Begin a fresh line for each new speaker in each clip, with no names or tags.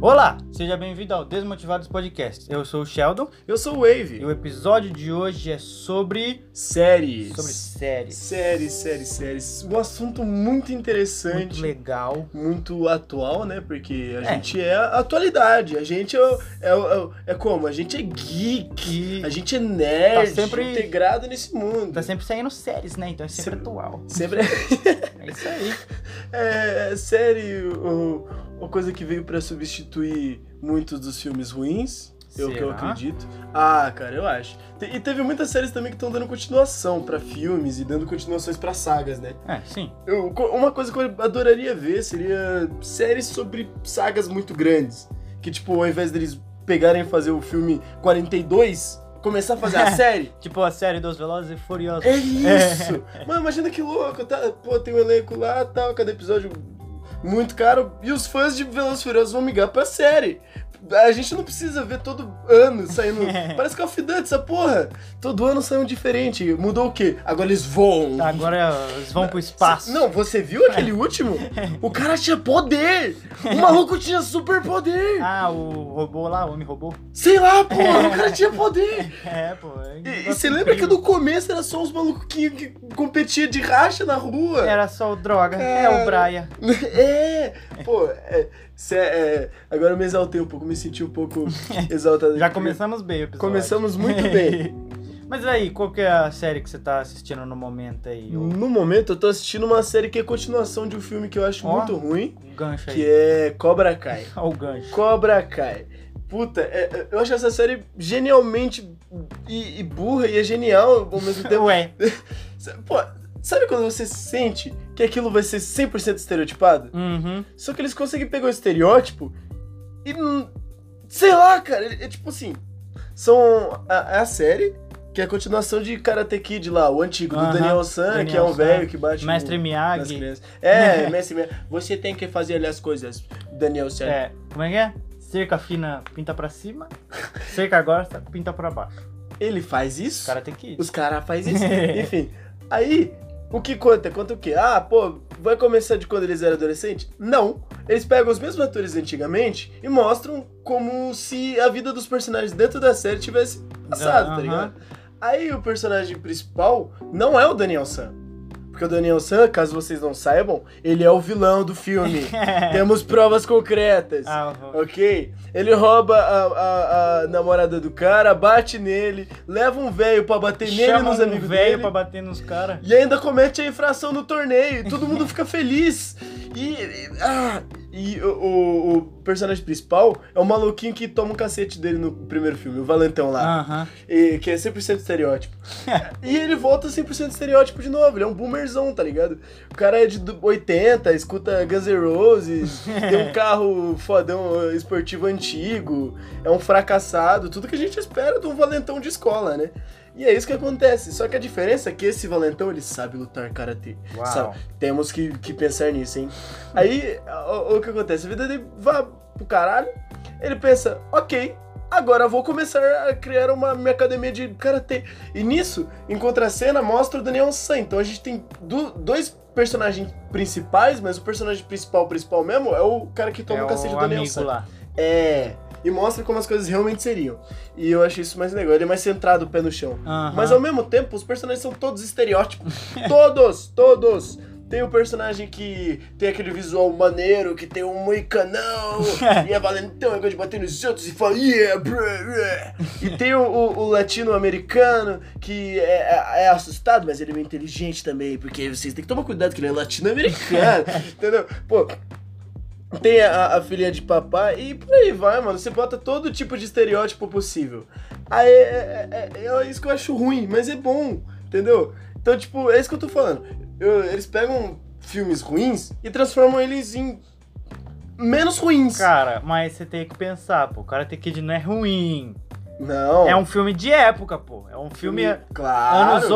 Olá, seja bem-vindo ao Desmotivados Podcast. Eu sou o Sheldon
Eu sou o Wave.
e o episódio de hoje é sobre
Séries.
sobre séries.
Séries, séries, séries. Um assunto muito
Muito
interessante.
legal.
muito atual, né? Porque a
É.
gente é a atualidade. A gente é, o- é, o- é como? A gente é geek.
Que
A gente é nerd.
Tá sempre-
integrado nesse mundo.
tá sempre saindo séries, né? Então é sempre
Sempre-
atual.
Sempre
É isso aí.
é, é série o- uma coisa que veio pra substituir muitos dos filmes ruins. É o que
Será?
eu acredito. Ah, cara, eu acho. Te- E teve muitas séries também que estão dando continuação pra filmes e dando continuações pra sagas, né?
É, sim.
Eu- co- uma coisa que eu adoraria ver seria séries sobre sagas muito grandes. Que, tipo, ao invés deles pegarem e fazer o filme 42, começar a fazer a série.
Tipo a série dos Velozes e Furiosos.
É isso! Mano, imagina que louco, tá? Pô, tem um elenco lá tal, cada episódio muito caro. E os fãs de Velozes e Furiosos vão migrar pra série. A gente não precisa ver todo ano saindo. Parece Call of Duty, essa porra. Todo ano sai um diferente. Mudou o quê? Agora eles voam.
Agora eles vão pro espaço.
É. Não, você viu
É.
aquele último? O cara tinha poder! O maluco tinha super poder!
Ah, o robô lá, o homem robô.
Sei lá, pô, o cara tinha poder!
É, pô. é um
E, e
negócio
você lembra que
incrível.
no começo era só os maluquinhos que competiam de racha na rua?
Era só o droga. É o Brian.
É! Pô, é, cê- é, agora eu me exaltei um pouco, me senti um pouco exaltado.
Já começamos bem o episódio.
Começamos muito bem.
Mas aí, qual que é a série que você tá assistindo no momento aí? O
No momento, eu tô assistindo uma série que é continuação de um filme que eu acho
Ó.
muito ruim,
gancho aí.
que é Cobra Kai.
Olha o gancho.
Cobra Kai. Puta, é- é- eu acho essa série genialmente e, e burra e é genial ao mesmo tempo.
Ué.
S- Pô, sabe quando você sente que aquilo vai ser 100% estereotipado?
Uhum.
Só que eles conseguem pegar o estereótipo e. n- Sei lá, cara, é, é tipo assim. São. A, a série, que é a continuação de Karate Kid lá, o antigo,
Aham,
do Daniel San,
Daniel
que é um
San.
velho que bate. no-
Mestre
nas
Miyagi.
crianças. É, mestre Miyagi. Você tem que fazer as coisas, Daniel San.
É, como é que é? Cerca fina, pinta pra cima. Cerca grossa, pinta pra baixo.
Ele faz isso?
O cara tem que ir.
Os caras fazem isso. Enfim. Aí, o que conta? Conta o quê? Ah, pô, vai começar de quando eles eram adolescentes? Não. Eles pegam os mesmos atores antigamente e mostram como se a vida dos personagens dentro da série tivesse passado,
Aham.
tá ligado? Aí o personagem principal não é o Daniel San. Porque o Daniel San, caso vocês não saibam, ele é o vilão do filme. Temos provas concretas.
Ah, o-
Ok? Ele rouba a, a- a namorada do cara, bate nele, leva um velho pra bater nele
chama
nos
um
amigos
velho
dele.
pra bater nos caras.
E ainda comete a infração no torneio, e todo mundo fica feliz. E. e- ah, e o, o- o personagem principal é o maluquinho que toma um cacete dele no primeiro filme, o Valentão lá,
Aham.
e- que é 100% estereótipo. e ele volta 100% estereótipo de novo, ele é um boomerzão, tá ligado? O cara é de do- 80, escuta Guns N' Roses, tem um carro fodão eh, esportivo antigo, é um fracassado, tudo que a gente espera de um valentão de escola, né? E é isso que acontece. Só que a diferença é que esse valentão, ele sabe lutar karatê.
Uau.
Sabe? Temos que, que pensar nisso, hein? Aí, o, o que acontece? A vida dele vai pro caralho, ele pensa, ok, agora eu vou começar a criar uma minha academia de karatê. E nisso, em contracena, mostra o Daniel San. Então a gente tem du- dois personagens principais, mas o personagem principal, principal mesmo, é o cara que toma
é
o cacete
o
do Daniel
amigo
San.
lá.
É, e mostra como as coisas realmente seriam. E eu acho isso mais legal, ele é mais centrado, pé no chão.
Aham.
Mas ao mesmo tempo, os personagens são todos estereótipos. todos, todos. Tem o personagem que tem aquele visual maneiro, que tem um moicanão, e é valentão, e gosta de bater nos outros e fala yeah, bruh, yeah." E tem o, o- o latino-americano, que é, é- é assustado, mas ele é meio inteligente também, porque vocês têm que tomar cuidado que ele é latino-americano, entendeu? Pô, tem a, a filhinha de papai e por aí vai, mano. Você bota todo tipo de estereótipo possível. Aí é, é- é- é isso que eu acho ruim, mas é bom, entendeu? Então, tipo, é isso que eu tô falando. Eu- eles pegam filmes ruins e transformam eles em menos ruins.
Cara, mas você tem que pensar, pô. Karate Kid não é ruim.
Não.
É um filme de época, pô. É um filme
Claro.
anos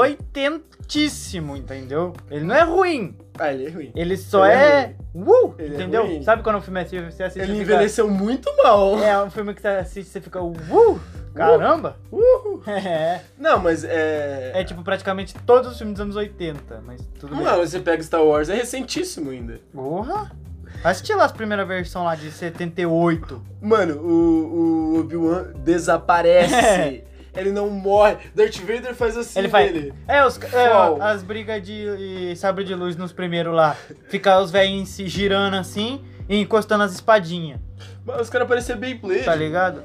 oitentíssimo, entendeu? Ele não é ruim.
Ah, ele é ruim.
Ele só
Ele é
é. Uh!
Ele é
entendeu?
ruim.
Sabe quando o filme é assim, você assiste
Ele
e fica-
envelheceu muito mal.
É um filme que você assiste e você fica. Uh! Caramba!
Uhul.
É.
Não, mas é.
É tipo praticamente todos os filmes dos anos 80, mas tudo bem.
Mano, você pega Star Wars, é recentíssimo ainda.
Porra! Mas tinha lá as primeiras versões lá de 78.
Mano, o, o Obi-Wan desaparece. Ele não morre. Darth Vader faz assim
Ele faz-
nele.
É, os, é,
Qual?
as brigas de e sabre de luz nos primeiros lá. Fica os velhinhos se girando assim e encostando as espadinhas,
Mas os caras pareciam Beyblade.
tá ligado?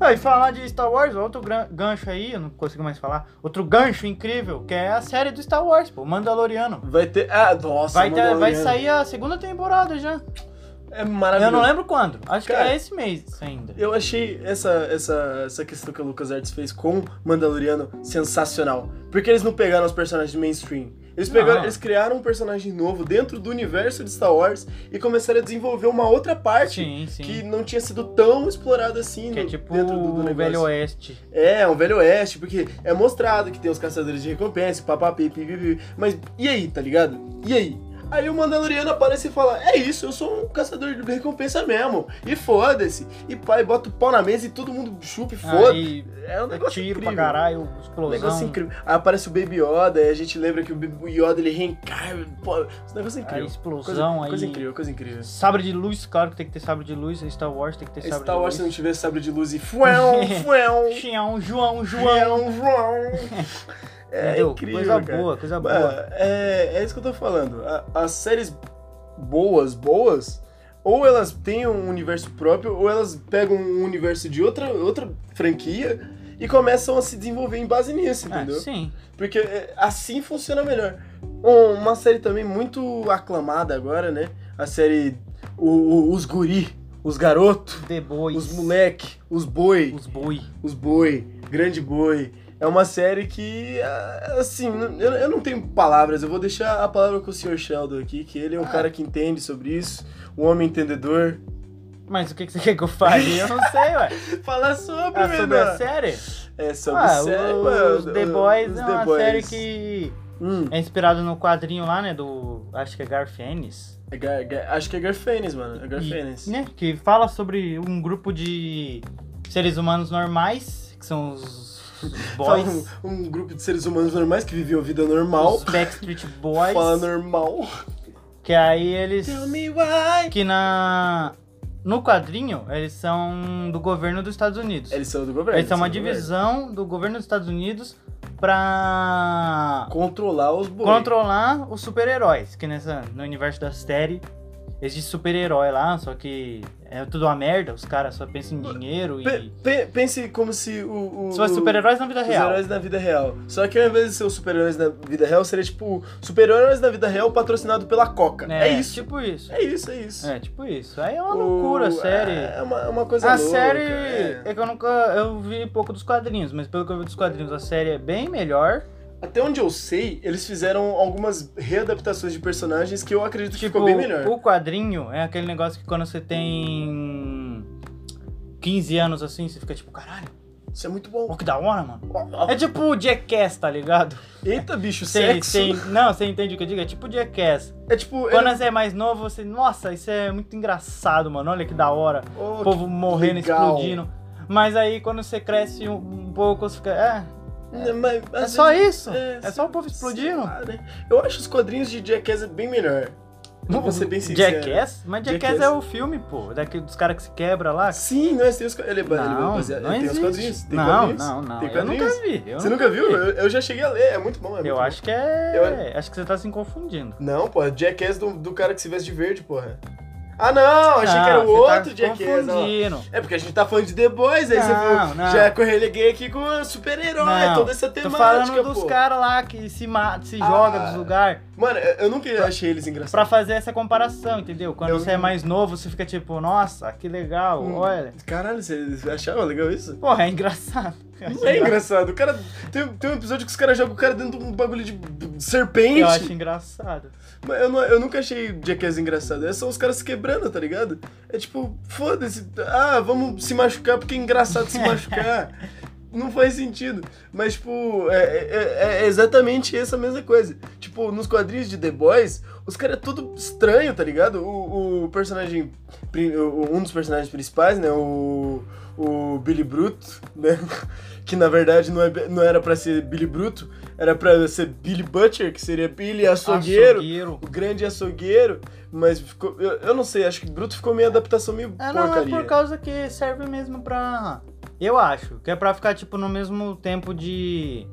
Ah, e falar de Star Wars, outro gran- gancho aí, eu não consigo mais falar. Outro gancho incrível, que é a série do Star Wars, pô, Mandaloriano.
Vai ter. Ah, nossa,
Vai, ter- vai
Mandaloriano.
sair a segunda temporada já.
É
Eu
maravilhoso.
não lembro quando. Acho que
Cara.
é esse mês ainda.
Eu achei essa, essa, essa questão que o Lucas Artes fez com Mandaloriano sensacional. Porque eles não pegaram os personagens mainstream. Eles, pegaram,
Não.
eles criaram um personagem novo dentro do universo de Star Wars e começaram a desenvolver uma outra parte
Sim, sim.
que
Que,
não tinha sido tão explorada assim
é
no-
tipo
dentro do, do
o
negócio.
Velho Oeste.
É, um velho oeste, porque é mostrado que tem os caçadores de recompensa, papapi, pipipi, mas e aí, tá ligado? E aí? Aí o Mandaloriano aparece e fala: É isso, eu sou um caçador de recompensa mesmo. E foda-se. E pai, bota o pau na mesa e todo mundo chupa e foda.
Aí,
É um negócio
tiro
incrível.
pra caralho,
Um
explosão.
negócio incrível. Aí aparece o Baby Yoda, aí a gente lembra que o Baby Yoda ele reencarna. Pô, esse negócio é
Aí,
incrível. Coisa,
explosão, aí.
coisa incrível, coisa incrível.
Sabre de luz, claro que tem que ter sabre de luz. Star Wars tem que ter sabre
Star Wars, se
de
não
luz.
tiver sabre de luz e fuel, fuel,
Xião, João, um João.
fuel, fuel. um É
Entendeu?
incrível,
coisa
cara.
boa, coisa boa.
Mano, é, é isso que eu tô falando. A- as séries boas, boas, ou elas têm um universo próprio, ou elas pegam um universo de outra, outra franquia e começam a se desenvolver em base nisso,
Ah,
entendeu?
sim.
Porque é, assim funciona melhor. Um- Uma série também muito aclamada agora, né? A série o- o- Os Guri, Os Garoto,
The Boys.
Os Moleque, Os Boi.
Os boi.
Os Boi, Grande Boi. É uma série que, ah, assim, n- eu, eu não tenho palavras. Eu vou deixar a palavra com o Sr. Sheldon aqui, que ele é um
Ah.
cara que entende sobre isso, um homem entendedor.
Mas o que, que você quer que eu fale? Eu não sei, ué.
Falar sobre,
É sobre a
menor.
série?
É sobre
Ah,
série,
os
mano.
The Boys
Os
é
The
uma
Boys.
série que
Hum,
é inspirado no quadrinho lá, né? Do. Acho que é Garfienes.
é Gar- Gar- acho que é Garfênis, mano. É Garfênis.
E, né, que fala sobre um grupo de seres humanos normais, que são os, os boys.
Um, um grupo de seres humanos normais que viviam a vida normal.
os Backstreet Boys.
Fala normal.
Que aí eles.
Tell me why.
Que na. No quadrinho, eles são do governo dos Estados Unidos.
Eles são do governo.
Eles são é uma
do governo.
divisão do governo dos Estados Unidos pra
Controlar os bois.
controlar os super-heróis. Que nessa, no universo da série existe super-herói lá, só que é tudo uma merda, os caras só pensam em dinheiro
Pe-
e.
pe- pense como se o. o
Se fosse super-heróis na vida
os
real.
heróis na vida real. Só que ao invés de ser os super-heróis na vida real, seria tipo super-heróis na vida real patrocinado pela Coca. É, isso.
Tipo isso.
É isso, é isso.
É, tipo isso. Aí é uma
O-
loucura a série.
É uma, é uma coisa
A
louca.
série
é.
é que eu nunca. Eu vi pouco dos quadrinhos, mas pelo que eu vi dos quadrinhos, a série é bem melhor.
Até onde eu sei, eles fizeram algumas readaptações de personagens que eu acredito que ficou bem melhor.
Tipo, o quadrinho é aquele negócio que quando você tem 15 anos assim, você fica tipo, caralho,
Isso é muito
ó
bom. Ah,
que da hora, mano. É tipo o Jackass, tá ligado?
Eita, bicho,
Você-
sexo.
você- não, você entende o que eu digo? É tipo o Jackass.
É tipo.
Quando você é mais novo, você. Nossa, isso é muito engraçado, mano. Olha que da hora.
ele- oh,
O povo morrendo,
legal.
explodindo. Mas aí quando você cresce um, um pouco, você fica. É,
né, mas às
é
vezes-
só isso.
é,
É só o povo explodindo.
Sei lá, né? Eu acho os quadrinhos de Jackass bem melhor. Eu vou ser bem sincero.
Jackass? Mas Jackass,
Jackass.
é o filme, pô. Daqui, dos caras que se quebra lá.
Sim, nós temos. Ele, ele,
não,
ele,
não
ele é, tem os
existe.
quadrinhos. Tem
não,
quadrinhos.
não, não.
Tem
eu
quadrinhos.
nunca vi. Eu
Você
nunca
nunca viu?
vi.
Eu, eu já cheguei a ler, é muito bom. É muito
Eu
bom.
acho que é. Acho que você tá se confundindo.
Não, pô, é Jackass do, do cara que se veste de verde, porra. Ah, não, achei que era o
Não, você tá
outro Jackass. ó.
confundindo.
É porque a gente tá falando de The Boys, aí
Não,
você
não.
já correleguei aqui com super-herói,
Não,
toda essa
Tô
temática,
falando dos
pô.
caras lá que se, ma- se
Ah.
joga dos lugares
Mano, eu eu nunca achei eles engraçados.
pra fazer essa comparação, entendeu? Quando
Eu-
você é mais novo, você fica tipo, nossa, que legal,
Hum.
olha.
Caralho, você você achava legal isso?
Porra, é engraçado.
Não é engraçado. O cara. Tem, tem um episódio que os caras jogam o cara dentro de um bagulho de de serpente.
Eu acho engraçado. Ah,
Mas eu, não- eu nunca achei Jackass engraçado. É só os caras se quebrando, tá ligado? É tipo, foda-se. Ah, vamos se machucar porque é engraçado se machucar. não faz sentido. Mas, tipo, é, é- é exatamente essa mesma coisa. Tipo, nos quadrinhos de The Boys, os caras é tudo estranho, tá ligado? O, o personagem. pri- o- Um dos personagens principais, né? O. O Billy Bruto, né? Que na verdade não, é, não era pra ser Billy Bruto, era pra ser Billy Butcher, que seria Billy Açougueiro.
Açougueiro.
O grande açougueiro, mas ficou. Eu, eu não sei, acho que Bruto ficou meio adaptação meio
É, não, é
porcaria.
por causa que serve mesmo pra. Eu acho, que é pra ficar, tipo, no mesmo tempo de.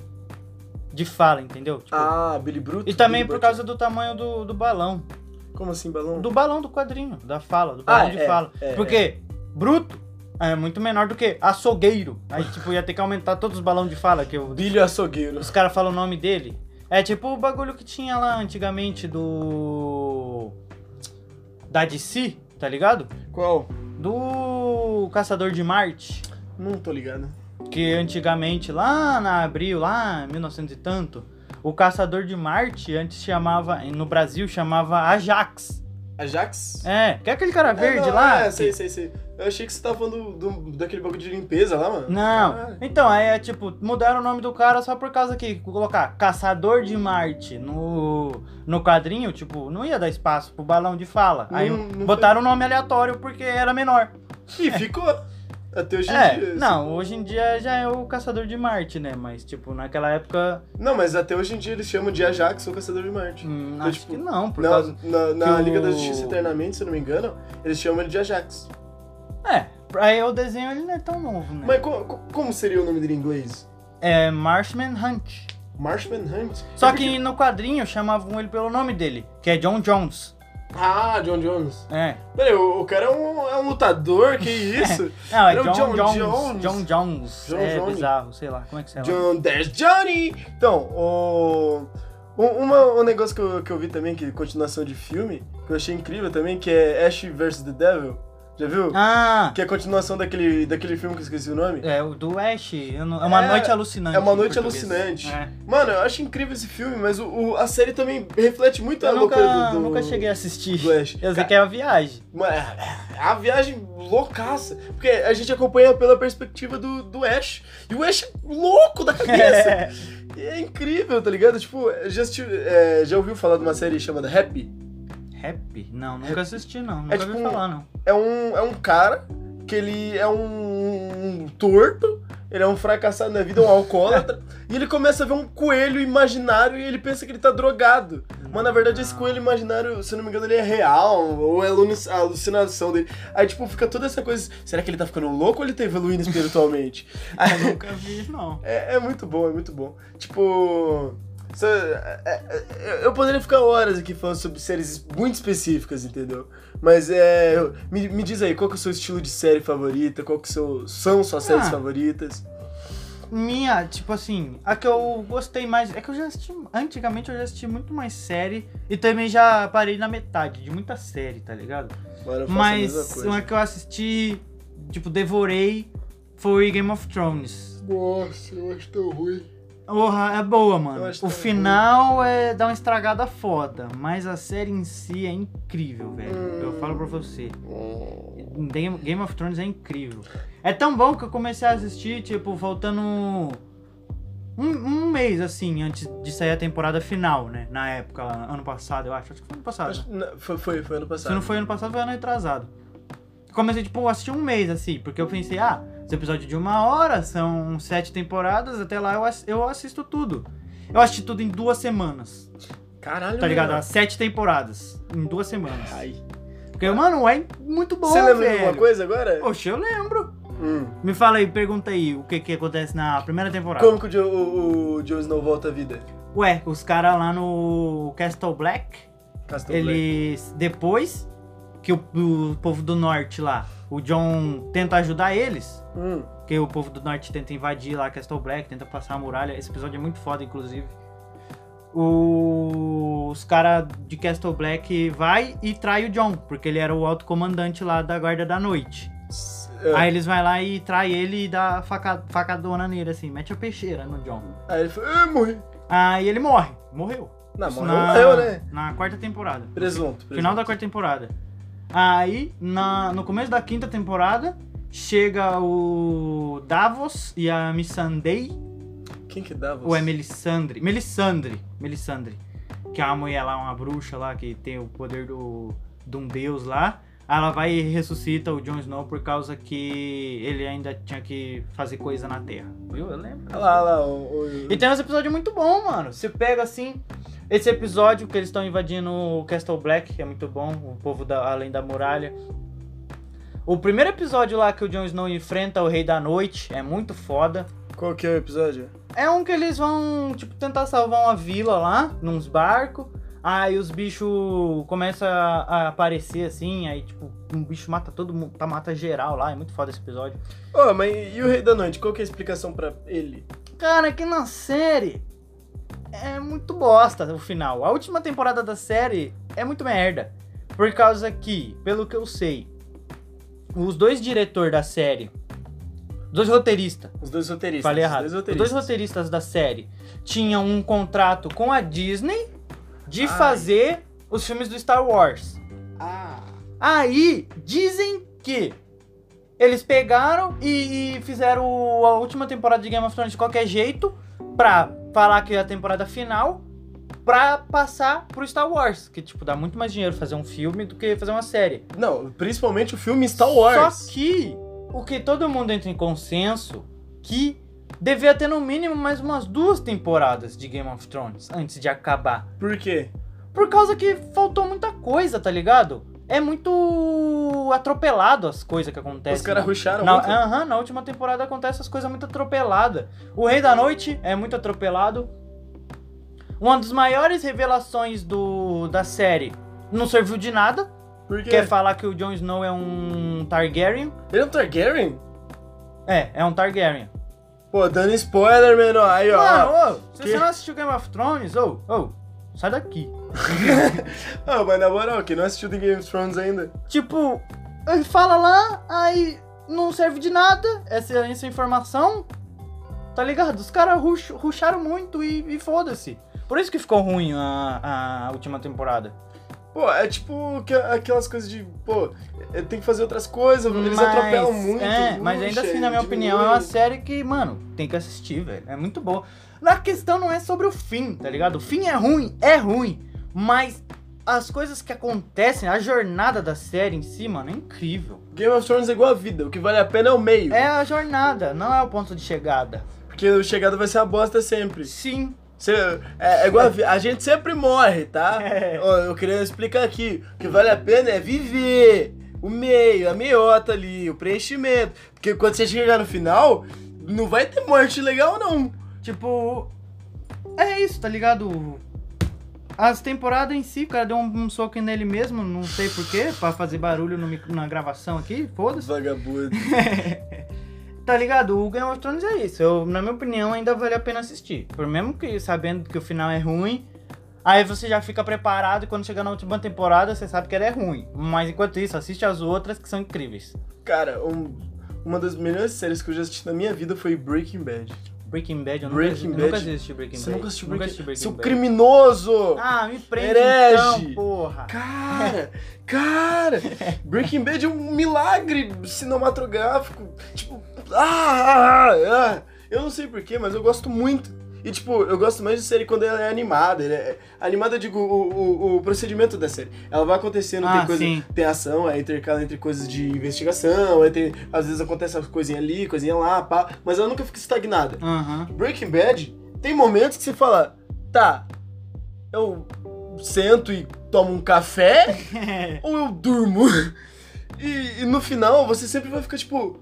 de fala, entendeu? Tipo,
Ah, Billy Bruto.
e também
Billy
por
Butcher.
causa do tamanho do, do balão.
Como assim, balão?
Do balão do quadrinho, da fala, do
Ah,
balão de
é,
fala.
é,
Porque bruto é muito menor do que açougueiro. Aí, tipo, ia ter que aumentar todos os balões de fala que eu
Billy Açougueiro.
Os caras falam o nome dele. É tipo o bagulho que tinha lá antigamente do. Da DC, tá ligado?
Qual?
Do Caçador de Marte.
Não tô ligado.
Que antigamente, lá na Abril, lá em 1900 e tanto, o Caçador de Marte antes chamava, no Brasil, chamava Ajax.
Ajax?
É, que é aquele cara verde
não,
lá.
É,
que-
sei, sei, sei. Eu achei que você tava falando do, daquele bagulho de limpeza lá, mano.
Não.
Ah,
Então, aí é tipo, mudaram o nome do cara só por causa que colocar Caçador de Marte no, no quadrinho, tipo, não ia dar espaço pro balão de fala. aí
Não- não
botaram o nome aleatório porque era menor.
E ficou. Até hoje em
é,
dia. assim.
não, hoje em dia já é o Caçador de Marte, né? Mas, tipo, naquela época,
Não, mas até hoje em dia eles chamam de Ajax ou Caçador de Marte.
hum,
Então,
acho
tipo,
que não, por
na
causa...
na, na
que
Liga da
o-
Justiça Eternamente, se eu não me engano, eles chamam ele de Ajax.
É, aí o desenho ele não é tão novo, né?
Mas co- co- como seria o nome dele em inglês?
É Marshman Hunt.
Marshman Hunt?
Só que no quadrinho chamavam ele pelo nome dele, que é John Jones.
Ah, John Jones.
É.
Peraí, o, o cara é um, é um lutador, que isso?
Não, é
Era o
John,
John
Jones.
Jones.
John Jones.
John
é
Jones.
bizarro, sei lá. Como é que sei lá?
John, there's Johnny! Então, o... Um, uma- um negócio que eu, que eu vi também, que é continuação de filme, que eu achei incrível também, que é Ash vs. The Devil. Já viu?
Ah,
Que é a continuação daquele, daquele filme que eu esqueci o nome.
é o do Ash. eu não- É uma
É,
noite alucinante.
é uma noite
em português.
alucinante.
É.
Mano, eu acho incrível esse filme, mas o, o- a série também reflete muito a
Eu
loucura
nunca,
Tá é do, do...
nunca cheguei a assistir.
do Ash.
Eu sei
Ca-
que é uma viagem.
Mano, é a viagem loucaça. Porque a gente acompanha pela perspectiva do, do Ash. E o Ash é louco da cabeça. E é incrível, tá ligado? Tipo, já, assisti- é, já ouviu falar de uma série chamada Happy?
Rap? Não, nunca assisti, não. Nunca
tipo
vi
um-
falar, não.
É um, é um cara que ele é um, um torto. Ele é um fracassado na vida, um alcoólatra. e ele começa a ver um coelho imaginário e ele pensa que ele tá drogado. Mas na verdade esse coelho imaginário, se eu não me engano, ele é real, ou é aluno- a alucinação dele. Aí, tipo, fica toda essa coisa. Será que ele tá ficando louco ou ele tá evoluindo espiritualmente?
Eu nunca vi, não.
é, é muito bom, é muito bom. Tipo. só- é- é- é- Eu poderia ficar horas aqui falando sobre séries muito específicas, entendeu? Mas é. eu- Me, me diz aí, qual que é o seu estilo de série favorita? Qual que é o seu- são suas séries
Ah.
favoritas?
Minha, tipo assim, a que eu gostei mais. É que eu já assisti. Antigamente eu já assisti muito mais série. E também já parei na metade de muita série, tá ligado?
Mano, eu faço a mesma
Mas
coisa.
uma que eu assisti, tipo, devorei, foi Game of Thrones.
Nossa, eu acho tão ruim.
Porra, é boa, mano.
Eu acho
O
também.
final é dá uma estragada foda, mas a série em si é incrível, velho.
Hum.
Eu falo pra você. Game Game of Thrones é incrível. É tão bom que eu comecei a assistir, tipo, faltando um, um mês, assim, antes de sair a temporada final, né? Na época, lá, ano passado, eu acho. Acho que foi ano passado. né?
Foi, foi, foi ano
Se
passado.
não foi ano passado, foi ano retrasado. Comecei, tipo, a assistir um mês, assim, porque eu pensei, ah, esse episódio de uma hora, são sete temporadas, até lá eu, ass- eu assisto tudo. Eu assisti tudo em duas semanas,
Caralho,
tá ligado?
mano.
As sete temporadas, em duas semanas.
Ai.
Porque, mano, é muito bom,
Você lembra de
velho.
alguma coisa agora?
Poxa, eu lembro.
Hum.
Me fala aí, pergunta aí, o que que acontece na primeira temporada.
Como que o Joe, o, o Joe Snow volta à vida?
Ué, os caras lá no Castle Black,
Castle Black.
eles depois que o, o povo do norte lá, o John tenta ajudar eles,
Hum.
que o povo do norte tenta invadir lá Castle Black, tenta passar a muralha. Esse episódio é muito foda, inclusive. O- os caras de Castle Black vai e trai o John, porque ele era o alto comandante lá da guarda da noite.
S- é.
Aí eles vai lá e trai ele e dá faca, facadona nele, assim, mete a peixeira no John.
Aí ele falou, eu morri.
Aí ele morre, morreu.
Não,
Isso
morreu, morreu, né?
Na quarta temporada.
Presunto. presunto.
Final da quarta temporada. Aí, na, no começo da quinta temporada, Chega o Davos e a Missandei,
Quem que dava?
ou é Melisandre? Melisandre, Melisandre, que é uma mulher lá, uma bruxa lá, que tem o poder do, de um deus lá. Ela vai e ressuscita o Jon Snow por causa que ele ainda tinha que fazer coisa na Terra. Viu? Eu lembro.
Olha lá, olha lá. O, o-
E tem esse episódio muito bom, mano. Você pega assim. Esse episódio que eles estão invadindo o Castle Black, que é muito bom, o povo da- além da muralha. O primeiro episódio lá que o Jon Snow enfrenta o Rei da Noite é muito foda.
Qual que é o episódio?
É um que eles vão, tipo, tentar salvar uma vila lá, nos barcos. Aí os bichos começam a a aparecer assim, aí, tipo, um bicho mata todo mundo, tá, mata geral lá. É muito foda esse episódio.
Ô, mas e o Rei da Noite? Qual que é a explicação pra ele?
Cara, que na série é muito bosta o final. A última temporada da série é muito merda. Por causa que, pelo que eu sei, os dois diretores da série, os dois roteiristas,
Os dois roteiristas.
falei errado,
Os dois
os dois
roteiristas.
roteiristas da série tinham um contrato com a Disney de
Ai.
fazer os filmes do Star Wars.
Ah.
Aí dizem que eles pegaram e, e fizeram o- a última temporada de Game of Thrones de qualquer jeito pra falar que é a temporada final pra passar pro Star Wars, que tipo dá muito mais dinheiro fazer um filme do que fazer uma série.
Não, principalmente o filme Star Wars.
Só que o que todo mundo entra em consenso que devia ter no mínimo mais umas duas temporadas de Game of Thrones antes de acabar.
Por quê?
Por causa que faltou muita coisa, tá ligado? É muito atropelado as coisas que acontecem.
Os caras rusharam
na,
muito.
aham, na última temporada acontece as coisas muito atropeladas. O Rei da Noite é muito atropelado. Uma das maiores revelações do, da série não serviu de nada.
Por quê?
Quer falar que é o Jon Snow é um Targaryen?
Ele é um Targaryen?
É, é um Targaryen.
Pô, dando spoiler, mano. Aí, ó.
Mano, ô, se
que- é?
você não assistiu Game of Thrones, ô, ô, sai daqui.
Ah, mas na moral, quem não assistiu The Game of Thrones ainda?
Tipo, ele fala lá, aí não serve de nada essa, essa informação. Tá ligado? Os caras rush- rusharam muito e, e foda-se. Por isso que ficou ruim a, a última temporada.
Pô, é tipo que- aquelas coisas de, pô, eh, tem que fazer outras coisas, eles
Mas,
atropelam muito.
É, mas
puxa,
ainda assim, na minha
diminui.
opinião, é uma série que, mano, tem que assistir, velho. É muito boa. Na questão não é sobre o fim, tá ligado? O fim é ruim, é ruim. Mas as coisas que acontecem, a jornada da série em si, mano, é incrível.
Game of Thrones é igual a vida, o que vale a pena é o meio.
É a jornada, não é o ponto de chegada.
Porque o chegado vai ser a bosta sempre.
Sim,
Cê- é, é igual a, vi- a gente sempre morre, tá?
É.
Ó, eu queria explicar aqui. O que vale a pena é viver. O meio, a meiota ali, o preenchimento. Porque quando você chegar no final, não vai ter morte legal, não.
Tipo, é isso, tá ligado? As temporadas em si, o cara deu um, um soco nele mesmo, não sei porquê, pra fazer barulho no micro- na gravação aqui, foda-se.
Vagabundo.
Tá ligado? O Game of Thrones é isso. Eu, na minha opinião, ainda vale a pena assistir. Por mesmo que sabendo que o final é ruim, aí você já fica preparado e quando chegar na última temporada, você sabe que ela é ruim. Mas enquanto isso, assiste as outras que são incríveis.
Cara, um- uma das melhores séries que eu já assisti na minha vida foi Breaking Bad.
Breaking Bad, eu nunca,
Breaking
eu
Bad?
nunca assisti Breaking
Você
Bad.
nunca assistiu Breaking,
assisti
Seu
Bad.
criminoso!
Ah, me prende
Herege!
então, porra.
Cara, cara, Breaking Bad é um milagre cinematográfico. Tipo, ah, ah, ah. eu não sei porquê, mas eu gosto muito. E tipo, eu gosto mais de série quando ela é animada. ele é- animada, eu digo, o, o- o procedimento da série. Ela vai acontecendo,
Ah,
tem coisa,
sim.
tem ação, aí intercala entre coisas de investigação, aí tem, às vezes acontece as coisinhas ali, coisinha lá, pá, mas ela nunca fica estagnada.
Aham.
Breaking Bad tem momentos que você fala, tá, eu sento e tomo um café ou eu durmo? E, e no final você sempre vai ficar tipo,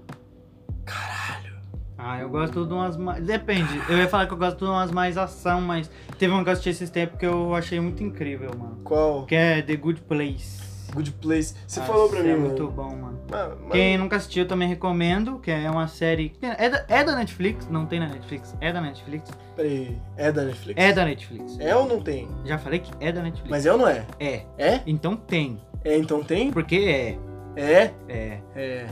Ah, eu gosto de umas mais. Depende. Eu ia falar que eu gosto de umas mais ação, mas teve um que eu assisti esses tempos que eu achei muito incrível, mano.
qual?
Que é The Good Place.
Good Place. Você
Ah,
falou pra
isso
mim,
É
mano.
muito bom, mano.
Mas- mas-
Quem nunca assistiu, eu também recomendo. Que é uma série. que É da, é da Netflix? Não tem na Netflix. É da Netflix?
Peraí, é da Netflix?
É da Netflix.
É ou não tem?
Já falei que é da Netflix.
Mas é ou não é?
É.
É?
Então tem.
É, então tem?
Porque é.
É?
É.
É.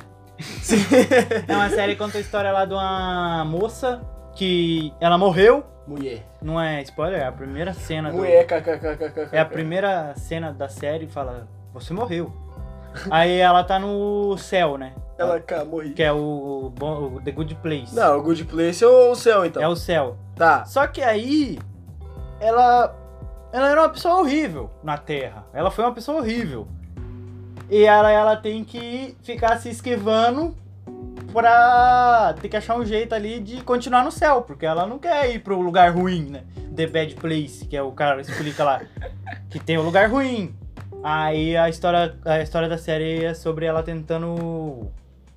É uma série que conta a história lá de uma moça que ela morreu.
Mulher.
Não é spoiler, é a primeira cena do.
Mulher, kkkkk.
É a primeira cena da série fala, você morreu. Aí ela tá no céu, né?
Ela cá, morri.
Que é o, o bom- o The Good Place.
Não, o Good Place ou o céu, então.
É o É céu.
Tá.
Só que aí, ela, ela era uma pessoa horrível na Terra. Ela foi uma pessoa horrível. E ela, ela tem que ficar se esquivando pra ter que achar um jeito ali de continuar no céu, porque ela não quer ir pro lugar ruim, né? The Bad Place, que é o cara que explica lá que tem o lugar ruim. Aí a história, a história da série é sobre ela tentando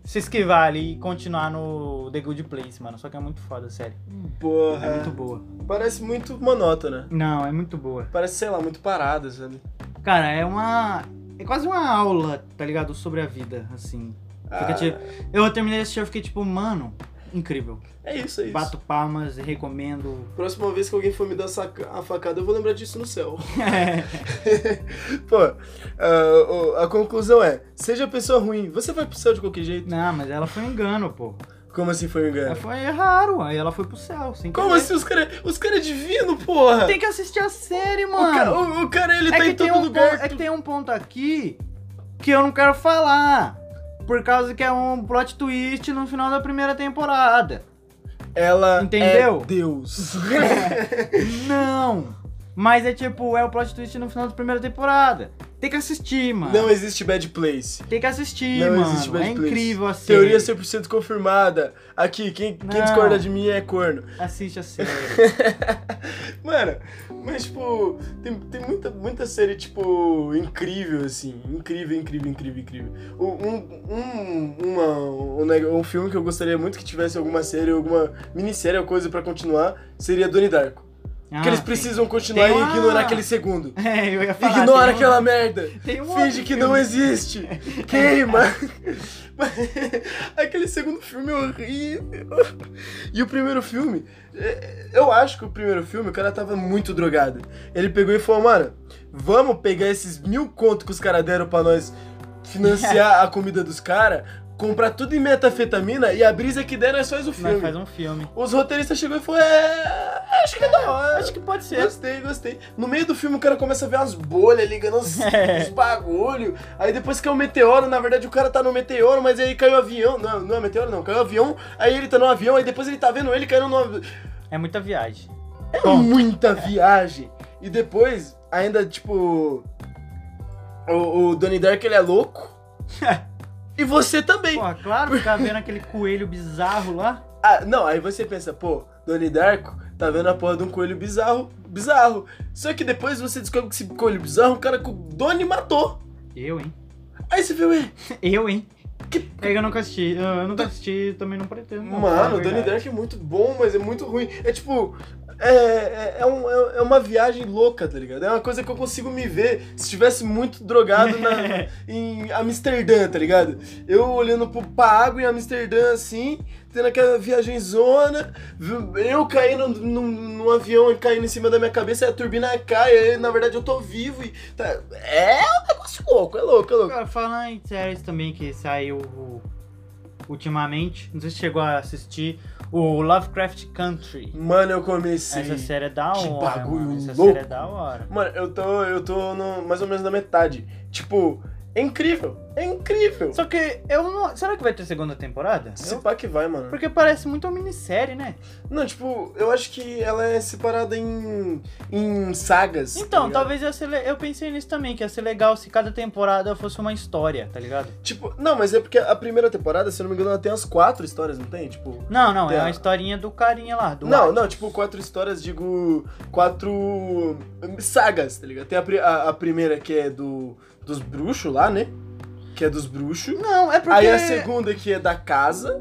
se esquivar ali e continuar no The Good Place, mano. Só que é muito foda a série.
Porra.
É muito boa.
Parece muito monótona.
Não, é muito boa.
Parece, sei lá, muito parada, sabe?
Cara, é uma. É quase uma aula, tá ligado? Sobre a vida, assim. Fica
Ah,
tipo- Eu terminei de assistir, eu fiquei tipo, mano, incrível.
É isso, é isso.
Bato palmas, recomendo.
Próxima vez que alguém for me dar saca- a facada, eu vou lembrar disso no céu.
É.
Pô, ah, o- a conclusão é, seja pessoa ruim, você vai pro céu de qualquer jeito.
Não, mas ela foi um engano, pô.
Como assim foi um
Ela
engano?
foi é raro, aí ela foi pro céu, sem
Como
querer.
assim? Os caras os cara é divino, porra!
Tem que assistir a série,
O cara,
mano.
o, o cara, ele
é,
tá
que
em todo
tem um
lugar.
ponto, é que tem um ponto aqui que eu não quero falar. Por causa que é um plot twist no final da primeira temporada.
Ela
Entendeu? É,
é Deus.
Não! Mas é tipo, é o plot twist no final da primeira temporada. Tem que assistir, mano.
Não existe bad place.
Tem que assistir,
Não
mano.
existe bad
é
place.
incrível a série.
Teoria 100% confirmada. Aqui, quem, quem
Não.
discorda de mim é corno.
Assiste a série.
Mano, mas tipo, tem, tem muita, muita série, tipo, incrível, assim. Incrível, incrível, incrível, incrível. Um, um- um, uma, um, neg- um filme que eu gostaria muito que tivesse alguma série, alguma minissérie ou coisa pra continuar, seria Donnie Darko.
Ah,
Porque eles
tem-
precisam continuar
Tem
e
uma-
ignorar aquele segundo.
É, eu ia falar.
Ignora
tem um-
aquela merda.
Tem um
Finge
outro
que
filme.
não é existe. Queima. Mas Aquele segundo filme é horrível. E o primeiro filme, é, eu acho que o primeiro filme o cara tava muito drogado. Ele pegou e falou, mano, vamos pegar esses mil contos que os caras deram pra nós financiar a comida dos caras, comprar tudo em metafetamina e a brisa que der nós faz o
Mas
filme.
faz um filme.
Os roteiristas chegou e falou, é, acho que é da hora.
Acho que pode ser.
Gostei, gostei. No meio do filme o cara começa a ver as bolhas ligando os,
É.
os bagulho. Aí depois que é o meteoro, na verdade o cara tá no meteoro, mas aí caiu o avião. Não, não é meteoro, não. Caiu o avião, aí ele tá no avião, aí depois ele tá vendo ele caindo no avião.
É muita viagem.
É
Bom.
muita viagem. E depois, ainda tipo. O, o Donnie Dark ele é louco. e você também.
Porra, claro, ficar vendo aquele coelho bizarro lá.
Ah, não, aí você pensa, pô, Donnie Darko tá vendo a porra de um coelho bizarro, bizarro. Só que depois você descobre que esse coelho bizarro, o cara que o Donnie matou.
Eu, hein?
Aí você vê, ué,
Eu, hein?
Que-
É que eu nunca assisti. Eu eu nunca assisti também não pretendo. não,
mano,
na
o Donnie
verdade.
Darko é muito bom, mas é muito ruim. É tipo, é, é, é um- é- é uma viagem louca, tá ligado? É uma coisa que eu consigo me ver se estivesse muito drogado na, em Amsterdã, tá ligado? Eu olhando pro, pra água em Amsterdã, assim, tendo aquela viagem zona, eu caindo num, num avião e caindo em cima da minha cabeça, aí a turbina cai, aí, na verdade eu tô vivo e... tá- é um negócio louco, é louco, é louco.
Cara, falando em séries também que saiu o- ultimamente, não sei se chegou a assistir, o Lovecraft Country.
Mano, eu comecei...
Essa série é da
Que
hora.
bagulho
mano. Essa
louco.
série é da hora.
Mano, eu tô, eu tô no, mais ou menos na metade. Tipo, é incrível, é incrível.
Só que eu não. Será que vai ter segunda temporada?
Se
Eu-
pá que vai, mano.
Porque parece muito uma minissérie, né?
Não, tipo, eu acho que ela é separada em, em sagas. tá
Então,
ligado?
talvez ia ser. le- Eu pensei nisso também, que ia ser legal se cada temporada fosse uma história, tá ligado?
Tipo, não, mas é porque a primeira temporada, se eu não me engano, ela tem as quatro histórias, não tem? Tipo...
Não, não, é
Tá.
uma historinha do carinha lá, do
não,
Atlas.
não, tipo, quatro histórias, digo, quatro hum, sagas, tá ligado? Tem a, pri- a, a primeira que é do dos bruxos lá, né? Que é dos bruxos.
Não, é porque.
Aí a segunda que é da casa.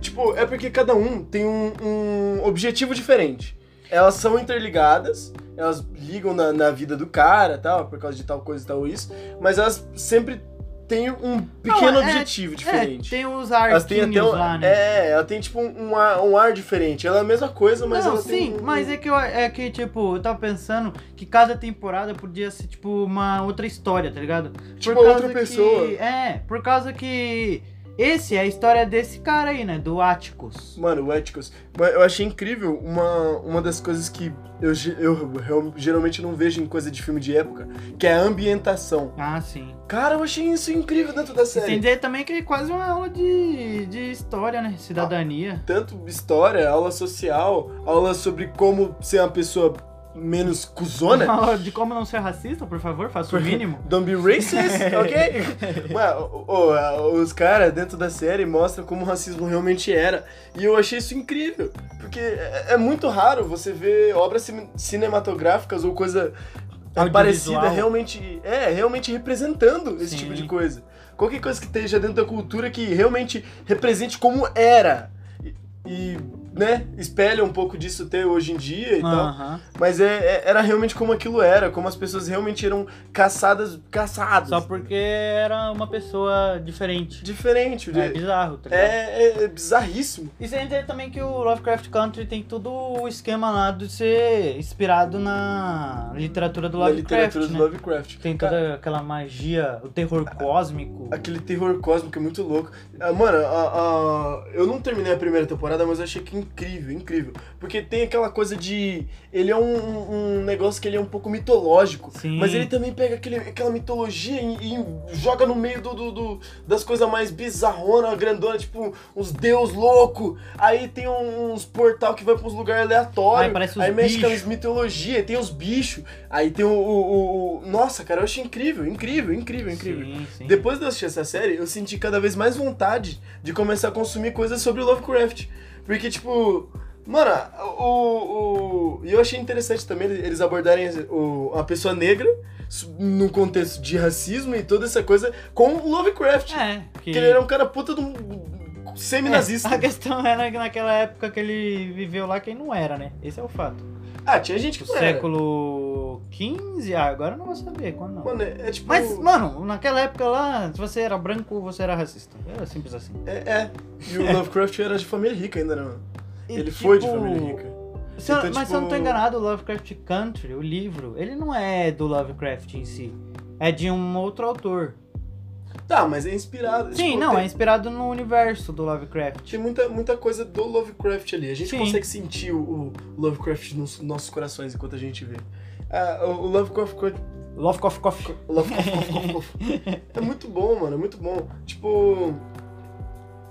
Tipo, é porque cada um tem um, um objetivo diferente. Elas são interligadas, elas ligam na, na vida do cara tal, por causa de tal coisa e tal isso, mas elas sempre têm um pequeno
Não, é-
objetivo diferente.
É, tem os
elas têm
arquinhos
até um,
lá, né?
É, ela tem tipo um, um ar, um ar diferente. Ela é a mesma coisa, mas
não,
ela
sim,
tem. um-
mas é que, eu, é que, tipo, eu tava pensando que cada temporada podia ser, tipo, uma outra história, tá ligado?
Tipo,
Por causa
outra pessoa.
Que, é, por causa que Esse é a história desse cara aí, né? Do Atticus.
Mano, o Atticus. Mas Eu achei incrível uma, uma das coisas que eu, ge- eu real- geralmente não vejo em coisa de filme de época, que é a ambientação.
Ah, sim.
Cara, eu achei isso incrível dentro da série.
Entender também que é quase uma aula de, de história, né? Cidadania.
Tanto história, aula social, aula sobre como ser uma pessoa menos
Uma
cuzona.
aula de como não ser racista, por favor, faça o mínimo.
Don't be racist, ok? Mano, o- o- os caras dentro da série mostram como o racismo realmente era. E eu achei isso incrível. Porque é, é muito raro você ver obras cine- cinematográficas ou coisa
Audiovisual.
parecida realmente. É, realmente representando esse
Sim.
tipo de coisa. Qualquer coisa que esteja dentro da cultura que realmente represente como era. E, e, né, espelha um pouco disso até hoje em
Ah.
dia e tal.
Aham.
Mas é- é- era realmente como aquilo era, como as pessoas realmente eram caçadas, caçadas.
Só porque era uma pessoa diferente.
Diferente.
É
de-
bizarro, tá
É,
ligado?
é- é bizarríssimo.
E você entende também que o Lovecraft Country tem todo o esquema lá de ser inspirado na literatura do
na
Lovecraft,
literatura
né?
do Lovecraft. Ah,
Tem
Cara,
toda aquela magia, o terror cósmico.
Aquele terror cósmico é muito louco. Ah, Mano, a- a- eu não terminei a primeira temporada, mas eu achei que incrível, incrível. Porque tem aquela coisa de. Ele é um, um negócio que ele é um pouco mitológico.
Sim.
Mas ele também pega aquele, aquela mitologia e, e joga no meio do, do- do- das coisas mais bizarronas, grandonas, tipo uns deus louco. Aí tem um- uns portal que vai pra uns lugares
Aí
aleatórios.
parece os
aí mexe com as
bichos.
mitologias, tem os bichos. Aí tem o, o- o- o- Nossa, cara, eu achei incrível, incrível, incrível, incrível.
Sim, sim.
Depois de eu assistir essa série, eu senti cada vez mais vontade de começar a consumir coisas sobre o Lovecraft. Porque, tipo, mano, o. o- E eu achei interessante também eles abordarem o, a pessoa negra su- num contexto de racismo e toda essa coisa com o Lovecraft.
É, que...
Que ele era um cara puta de um semi-nazista.
É, a questão era que naquela época que ele viveu lá, quem não era, né? Esse é o fato.
Ah, tinha gente que
O
não era.
século XV? Ah, agora eu não vou saber quando não.
Mano, é, é tipo.
Mas, mano, naquela época lá, se você era branco, você era racista. Era simples assim.
É, é. E o Lovecraft era de família rica ainda, né? mano?
E,
Ele foi de
tipo,
família rica.
Se eu-
Então,
tá, mas se eu não tô
tipo-
enganado, o Lovecraft Country, o livro, ele não é do Lovecraft em si. É de um outro autor.
Tá, mas é inspirado.
Sim,
tipo,
não,
tem-
é inspirado no universo do Lovecraft.
Tem muita, muita coisa do Lovecraft ali. A gente
Sim.
consegue sentir o, o Lovecraft nos nossos corações enquanto a gente vê. Ah, o o Lovecraft.
Lovecraft Coffee.
Lovecraft é muito bom, mano. É muito bom. Tipo.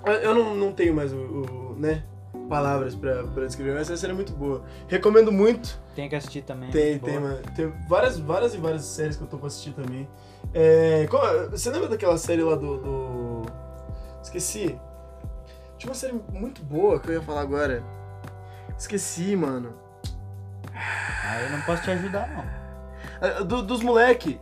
eu- Eu não, não tenho mais o. o- né? Palavras pra, pra descrever, mas essa série é muito boa. Recomendo muito.
Tem que assistir também.
tem,
É muito boa.
tem, mano. Tem várias, várias e várias séries que eu tô pra assistir também. É, qual- você lembra daquela série lá do. do... Esqueci. Tinha uma série muito boa que eu ia falar agora. Esqueci, mano.
Ah, eu não posso te ajudar, não.
Ah, do- dos moleque.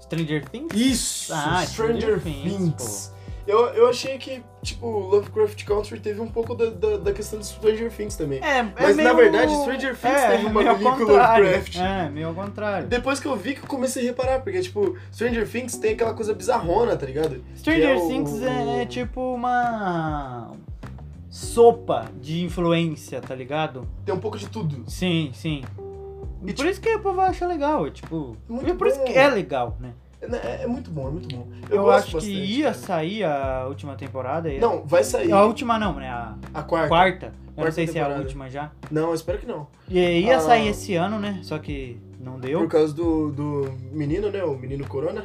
Stranger Things?
Isso!
Ah,
Stranger
Stranger Things,
Things. Eu, eu achei que, tipo, Lovecraft Country teve um pouco da, da, da questão de Stranger Things também.
É, é
Mas, na
meio-
verdade, Stranger Things
é,
teve uma
meio ao
película
contrário.
Lovecraft.
É, meio ao contrário.
Depois que eu vi que eu comecei a reparar, porque, tipo, Stranger Things tem aquela coisa bizarrona, tá ligado?
Stranger
que é o-
Things é, é tipo uma sopa de influência, tá ligado?
Tem um pouco de tudo.
Sim, sim.
E,
por isso que o povo acha legal, é, tipo.
Muito
e por isso
bom.
que é legal, né?
É, é muito bom, é muito bom.
Eu,
gosto
acho que
bastante,
ia
cara.
sair a última temporada. Ia...
Não, vai sair.
A última não, né? A
A quarta.
quarta. Eu não
Quarta
sei se é a
temporada.
última já.
Não, eu espero que não.
E aí ia
Ah.
sair esse ano, né? Só que não deu.
Por causa do, do menino, né? O menino Corona.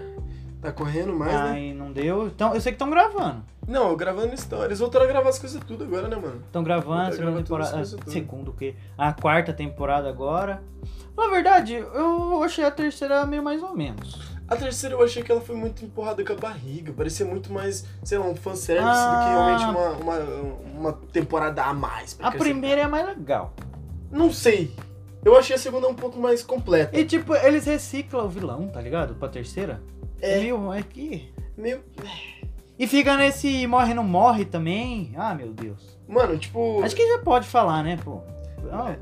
Tá correndo mais, né?
Aí não deu. Então, eu sei que estão gravando.
Não, gravando história. Eles voltaram a gravar as coisas tudo agora, né, mano?
Estão
Tá
gravando, a segunda
gravando tudo,
temporada.
isso, isso,
a-
tudo.
Segundo o quê? A quarta temporada agora. Na verdade, eu achei a terceira meio mais ou menos.
A terceira eu achei que ela foi muito empurrada com a barriga. Parecia muito mais, sei lá, um fanservice
Ah.
do que realmente uma, uma, uma temporada a mais. pra
A
crescer.
primeira é mais legal.
Não sei. Eu achei a segunda um pouco mais completa.
E tipo, eles reciclam o vilão, tá ligado? Pra terceira.
É.
Meio, é que.
Meio...
E fica nesse morre não morre também. Ah, meu Deus.
Mano, tipo...
Acho que já pode falar, né, pô? Ah,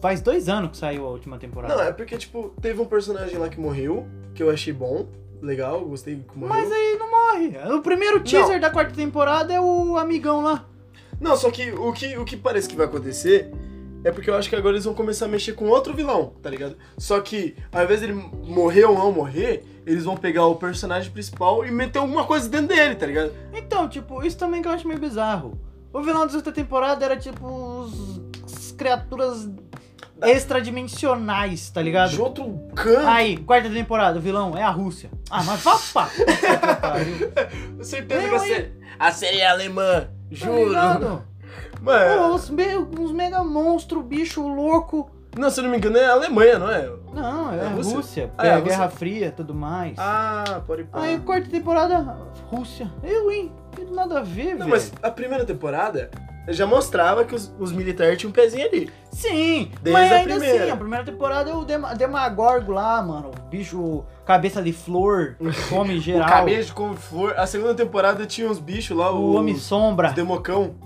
faz dois anos que saiu a última temporada.
É. Não, é porque, tipo, teve um personagem lá que morreu, que eu achei bom, legal, gostei que morreu.
Mas aí não morre. O primeiro teaser da quarta temporada é o amigão lá.
Não, só que o, que o que parece que vai acontecer é porque eu acho que agora eles vão começar a mexer com outro vilão, tá ligado? Só que, ao invés dele morrer ou não morrer, eles vão pegar o personagem principal e meter alguma coisa dentro dele, tá ligado?
Então, tipo, isso também que eu acho meio bizarro. O vilão da sexta temporada era tipo os, as criaturas
É.
extradimensionais, tá ligado?
De outro canto.
Tá Aí, quarta temporada, o vilão é a Rússia. Ah, mas vá pra puta que pariu,
Certeza
Meu,
que a série, a série é alemã,
tá
juro.
ligado?
Mano,
Pô, uns, me- uns mega monstro, bicho louco.
não, se eu não me engano é a Alemanha, não é?
Não, é,
É
a Rússia,
Rússia?
porque
Ah, é
é
a
a
Rússia.
Guerra Fria e tudo mais.
Ah, pode pôr.
Aí, quarta temporada, Rússia. Eu, hein? Não tem nada a ver,
Não,
velho.
mas a primeira temporada já mostrava que os, os militares tinham um pezinho ali.
Sim,
Desde
mas
a
ainda
primeira.
assim, a primeira temporada é o Dem- Demagorgo lá, mano. O bicho, cabeça de flor, homem geral.
O cabeça com flor. A segunda temporada tinha uns bichos lá,
O
os-
homem sombra.
os democão.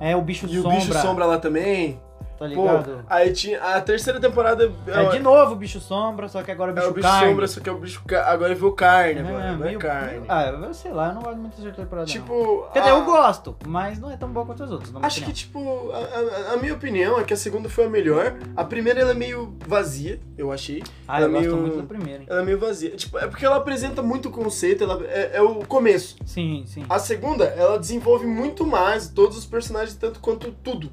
É o bicho
E o
sombra.
bicho sombra lá também.
Tá
Pô,
ligado?
aí tinha. A terceira temporada.
é de novo o bicho sombra, só que agora é o
é
bicho,
o bicho
carne.
sombra, só que é o bicho. ca- Agora viu
É,
carne, agora. Não é
meio-
carne.
Ah, eu sei lá, eu não gosto muito dessa temporada. não.
Tipo.
Quer dizer,
a-
eu gosto, mas não é tão boa quanto as outras. na minha
Acho que,
opinião.
tipo, a, a- a minha opinião é que a segunda foi a melhor. A primeira ela é meio vazia, eu achei.
Ah, eu
ela é
gosto
meio-
muito da primeira, hein?
Ela é meio vazia. Tipo, é porque ela apresenta muito conceito, ela é, é o começo.
Sim, sim.
A segunda, ela desenvolve muito mais todos os personagens, tanto quanto tudo.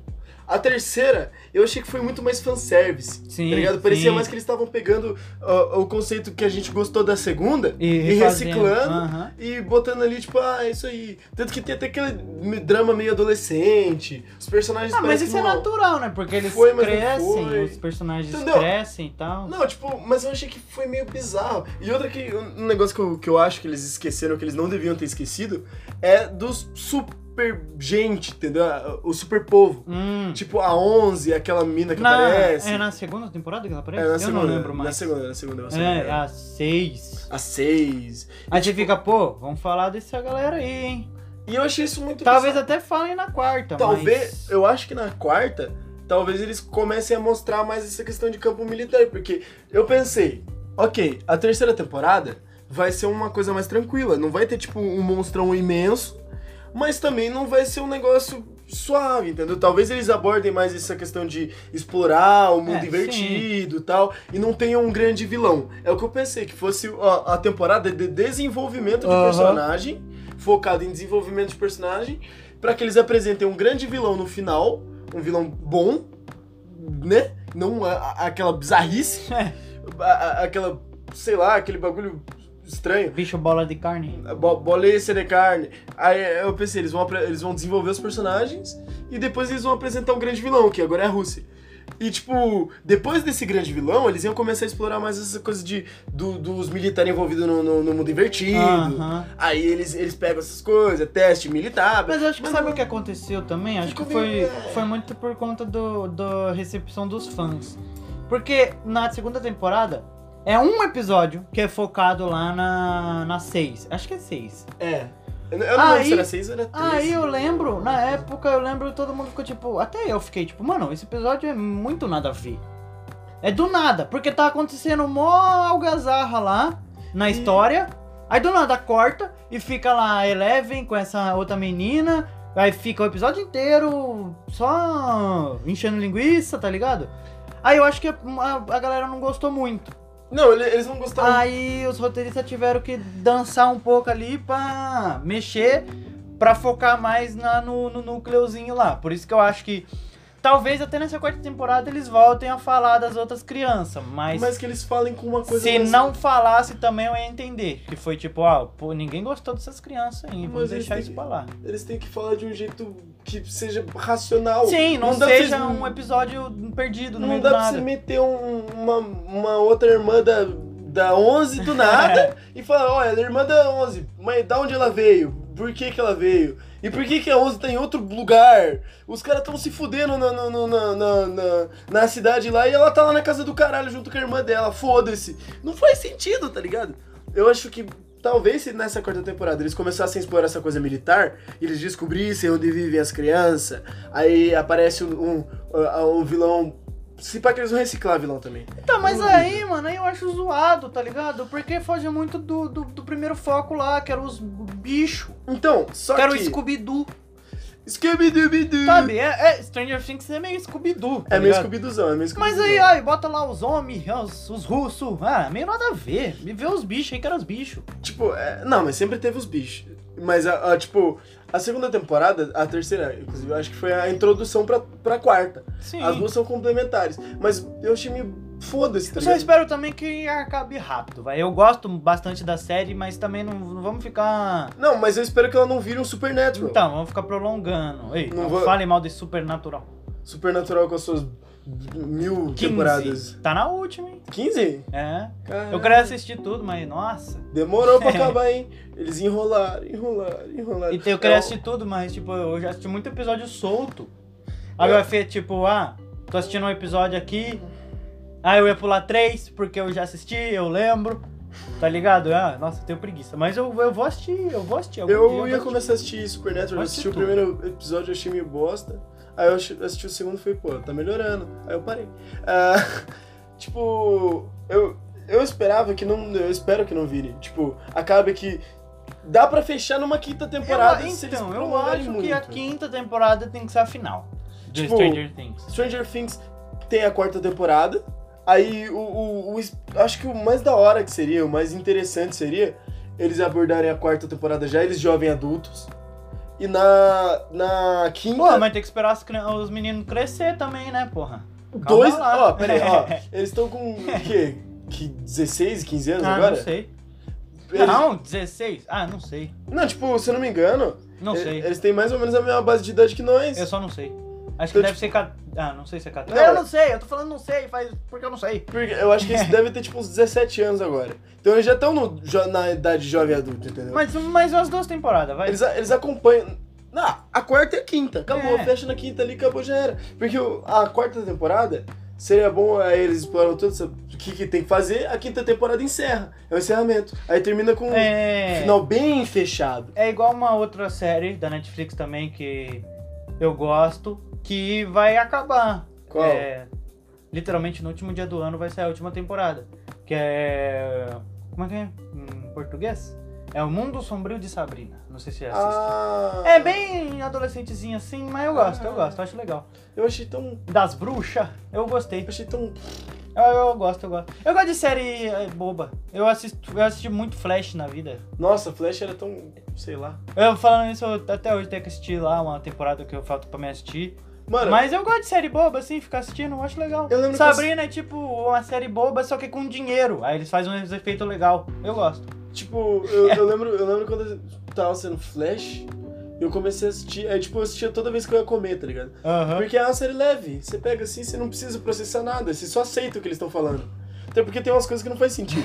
A terceira, eu achei que foi muito mais fanservice.
Sim,
tá ligado? Parecia
sim.
mais que eles estavam pegando ah, o conceito que a gente gostou da segunda
E,
e
refazendo, ah.
reciclando
aham.
e botando ali, tipo, ah, é isso aí. Tanto que tem até aquele me- drama meio adolescente. Os personagens
Ah, mas
parecem
isso é
uma-
natural, né? Porque eles
Foi, mas não
crescem,
foi.
os personagens
Entendeu?
crescem e tal.
Não, tipo, mas eu achei que foi meio bizarro. E outra que. Um negócio que eu, que eu acho que eles esqueceram, que eles não deviam ter esquecido, é dos super gente, entendeu? O super povo.
Hum.
Tipo, a 11, aquela mina que
na,
aparece.
É na segunda temporada que ela
É,
aparece?
na
eu
segunda,
não lembro mais.
Na segunda, na segunda, na segunda. Tipo-
É, a seis.
A 6.
Aí você fica, pô, vamos falar dessa galera aí, hein?
E eu achei isso muito
Talvez até falem na quarta,
Talvez,
mas...
eu acho que na quarta, talvez eles comecem a mostrar mais essa questão de campo militar, porque eu pensei, ok, a terceira temporada vai ser uma coisa mais tranquila, não vai ter tipo um monstrão imenso, mas também não vai ser um negócio suave, entendeu? Talvez eles abordem mais essa questão de explorar o mundo
É,
invertido e tal, e não tenham um grande vilão. É o que eu pensei, que fosse a, a temporada de desenvolvimento de
Aham.
personagem, focado em desenvolvimento de personagem, Pra que eles apresentem um grande vilão no final, um vilão bom, né? Não a- a- aquela bizarrice, a- a- aquela, sei lá, aquele bagulho estranho.
Bicho bola de carne.
Bo- Bolência de carne. Aí eu pensei, eles vão, apre- eles vão desenvolver os personagens e depois eles vão apresentar um grande vilão, que agora é a Rússia. E, tipo, depois desse grande vilão, eles iam começar a explorar mais essa coisa de, do- dos militares envolvidos no, no- no mundo invertido.
Aham.
Aí eles, eles pegam essas coisas, teste militar.
Mas eu acho que
Mas
sabe
não-
o que aconteceu também? Acho que
Ficou
foi,
meio- é.
foi muito por conta do, da recepção dos fãs. Porque na segunda temporada é um episódio que é focado lá na, na 6. Acho que é 6.
É. Eu eu não lembro
Aí-
se era 6 ou era 3.
Aí Ah, eu lembro, na época eu lembro todo mundo ficou tipo. Até eu fiquei tipo, mano, esse episódio é muito nada a ver. É do nada, porque tá acontecendo mó algazarra lá na
E-
história. Aí do nada corta e fica lá Eleven com essa outra menina. Aí fica o episódio inteiro só enchendo linguiça, tá ligado? Aí eu acho que a, a- a galera não gostou muito.
Não, ele- eles não gostaram.
Aí os roteiristas tiveram que dançar um pouco ali pra mexer, pra focar mais na- no, no núcleozinho lá. Por isso que eu acho que talvez até nessa quarta temporada eles voltem a falar das outras crianças, mas.
mas que eles falem com uma coisa
se
mais-
não falasse também eu ia entender. Que foi tipo, ó, pô, ninguém gostou dessas crianças aí, vamos
Mas
deixar
eles
isso
têm-
pra lá.
Eles têm que falar de um jeito que seja racional.
Sim, não,
dá pra
seja
vocês-
um episódio perdido no
Não
meio
dá
do
pra
nada.
você meter um- uma, uma outra irmã da, da 11 do nada e falar: olha, ela é irmã da 11, mas da onde ela veio? Por que, que ela veio? E por que, que a 11 tá em outro lugar? Os caras tão se fudendo na, na, na, na, na- na- na cidade lá e ela tá lá na casa do caralho junto com a irmã dela. Foda-se. Não faz sentido, tá ligado? Eu acho que talvez se nessa quarta temporada eles começassem a explorar essa coisa militar, e eles descobrissem onde vivem as crianças, aí aparece um, um, um vilão. Se pá que eles vão reciclar vilão também.
Tá, mas aí, mano, aí eu acho zoado, tá ligado? Porque foge muito do, do, do primeiro foco lá, que era os bichos.
Então, só
Que era o
que
Scooby-Doo.
Scooby-Dooby-Doo.
Sabe, é, é- Stranger Things é meio Scooby-Doo. tá
Hum. É meio
ligado?
Scooby-Doozão, é meio scooby
Mas aí, ai, bota lá os homens, os, os russos. Ah, meio nada a ver. Me vê os bichos aí que eram os bichos.
Tipo, é, não, mas sempre teve os bichos. Mas, a, a, tipo, a segunda temporada, a terceira, inclusive, eu acho que foi a introdução pra, pra quarta.
Sim.
As duas são complementares. Mas eu achei meio foda-se, tá
Eu só
ligado?
espero também que acabe rápido, vai. Eu gosto bastante da série, mas também não, não vamos ficar.
Não, mas eu espero que ela não vire um Supernatural.
Então, vamos ficar prolongando. Ei,
Não
não
vou-
fale mal de Supernatural.
Supernatural com as suas
15.
mil temporadas.
Tá na última, hein?
15?
É.
Caralho.
Eu quero assistir tudo, mas nossa.
Demorou pra acabar, hein? Eles enrolaram, enrolaram, enrolaram.
E eu queria
É,
assistir tudo, mas tipo, eu já assisti muito episódio solto. Aí eu
É.
ia fe- tipo, ah, tô assistindo um episódio aqui. Aí eu ia pular três, porque eu já assisti, eu lembro. Tá ligado? Ah, nossa, eu tenho preguiça. Mas eu, eu vou assistir, eu vou assistir. algum dia
Eu ia
vou
começar a assistir Supernatural, eu
Pode ser
assisti o
tudo.
primeiro episódio, eu achei meio bosta. Aí eu achi- assisti o segundo e falei, pô, tá melhorando. Aí eu parei. Ah, tipo, eu, eu esperava que não. Eu espero que não vire. Tipo, acaba que. Dá pra fechar numa quinta temporada.
Eu-
se eles
então, eu
prolongarem
acho que
muito.
a quinta temporada tem que ser a final. De
Tipo,
Stranger Things.
Stranger Things tem a quarta temporada. Aí o, o- o es- Acho que o mais da hora que seria, o mais interessante seria eles abordarem a quarta temporada já, eles jovens adultos. E na. na quinta.
Porra, mas tem que esperar as cri- os meninos crescer também, né, porra? calma
dois.
lá.
Ó, peraí, ó. Eles estão com o quê? Que 16, 15 anos
ah,
agora?
não sei.
Eles-
Não, 16? Ah, não sei.
Não, tipo, se eu não me engano,
Não
e-
sei.
eles têm mais ou menos a mesma base de idade que nós.
Eu só não sei. Acho
Eu,
que deve ser... ca- Ah, não sei se é 14.
Não,
eu
é-
não sei, eu tô falando não sei, faz... porque eu não sei.
Porque eu acho que eles devem ter, tipo, uns 17 anos agora. Então eles já estão no jo- na idade jovem adulto, entendeu?
Mas, mas as duas temporadas, vai.
Eles, eles acompanham. Não, a quarta e a quinta. Acabou,
É.
fecha na quinta ali, acabou, já era. Porque o- a quarta temporada seria bom, aí eles exploram tudo sabe, o que, que tem que fazer, a quinta temporada encerra. É o encerramento. Aí termina com um
É...
final bem fechado.
É igual uma outra série da Netflix também que eu gosto, que vai acabar.
Qual?
É, literalmente no último dia do ano vai sair a última temporada. Que é. Como é que é? Em português? É O Mundo Sombrio de Sabrina. Não sei se você assiste.
Ah,
É bem adolescentezinho assim, mas eu gosto, eu gosto, eu acho legal.
Eu achei tão.
Das bruxas, eu gostei.
Eu achei tão.
Eu, Ah, eu gosto, eu gosto. Eu gosto de série é, boba. Eu, assisto, eu assisti muito Flash na vida.
Nossa, Flash era tão. sei lá.
Eu falando isso, eu até hoje tenho que assistir lá uma temporada que eu falta pra me assistir.
Mano,
Mas eu gosto de série boba, assim, ficar assistindo, eu acho legal.
Eu lembro que
Sabrina é tipo uma série boba, só que com dinheiro. Aí eles fazem um efeito legal. Eu gosto.
Tipo, eu, eu lembro, eu lembro quando eu tava sendo Flash, eu comecei a assistir. Aí, tipo, eu assistia toda vez que eu ia comer, tá ligado?
Aham.
Porque é uma série leve. Você pega assim, você não precisa processar nada. Você só aceita o que eles estão falando. Até porque tem umas coisas que não faz sentido.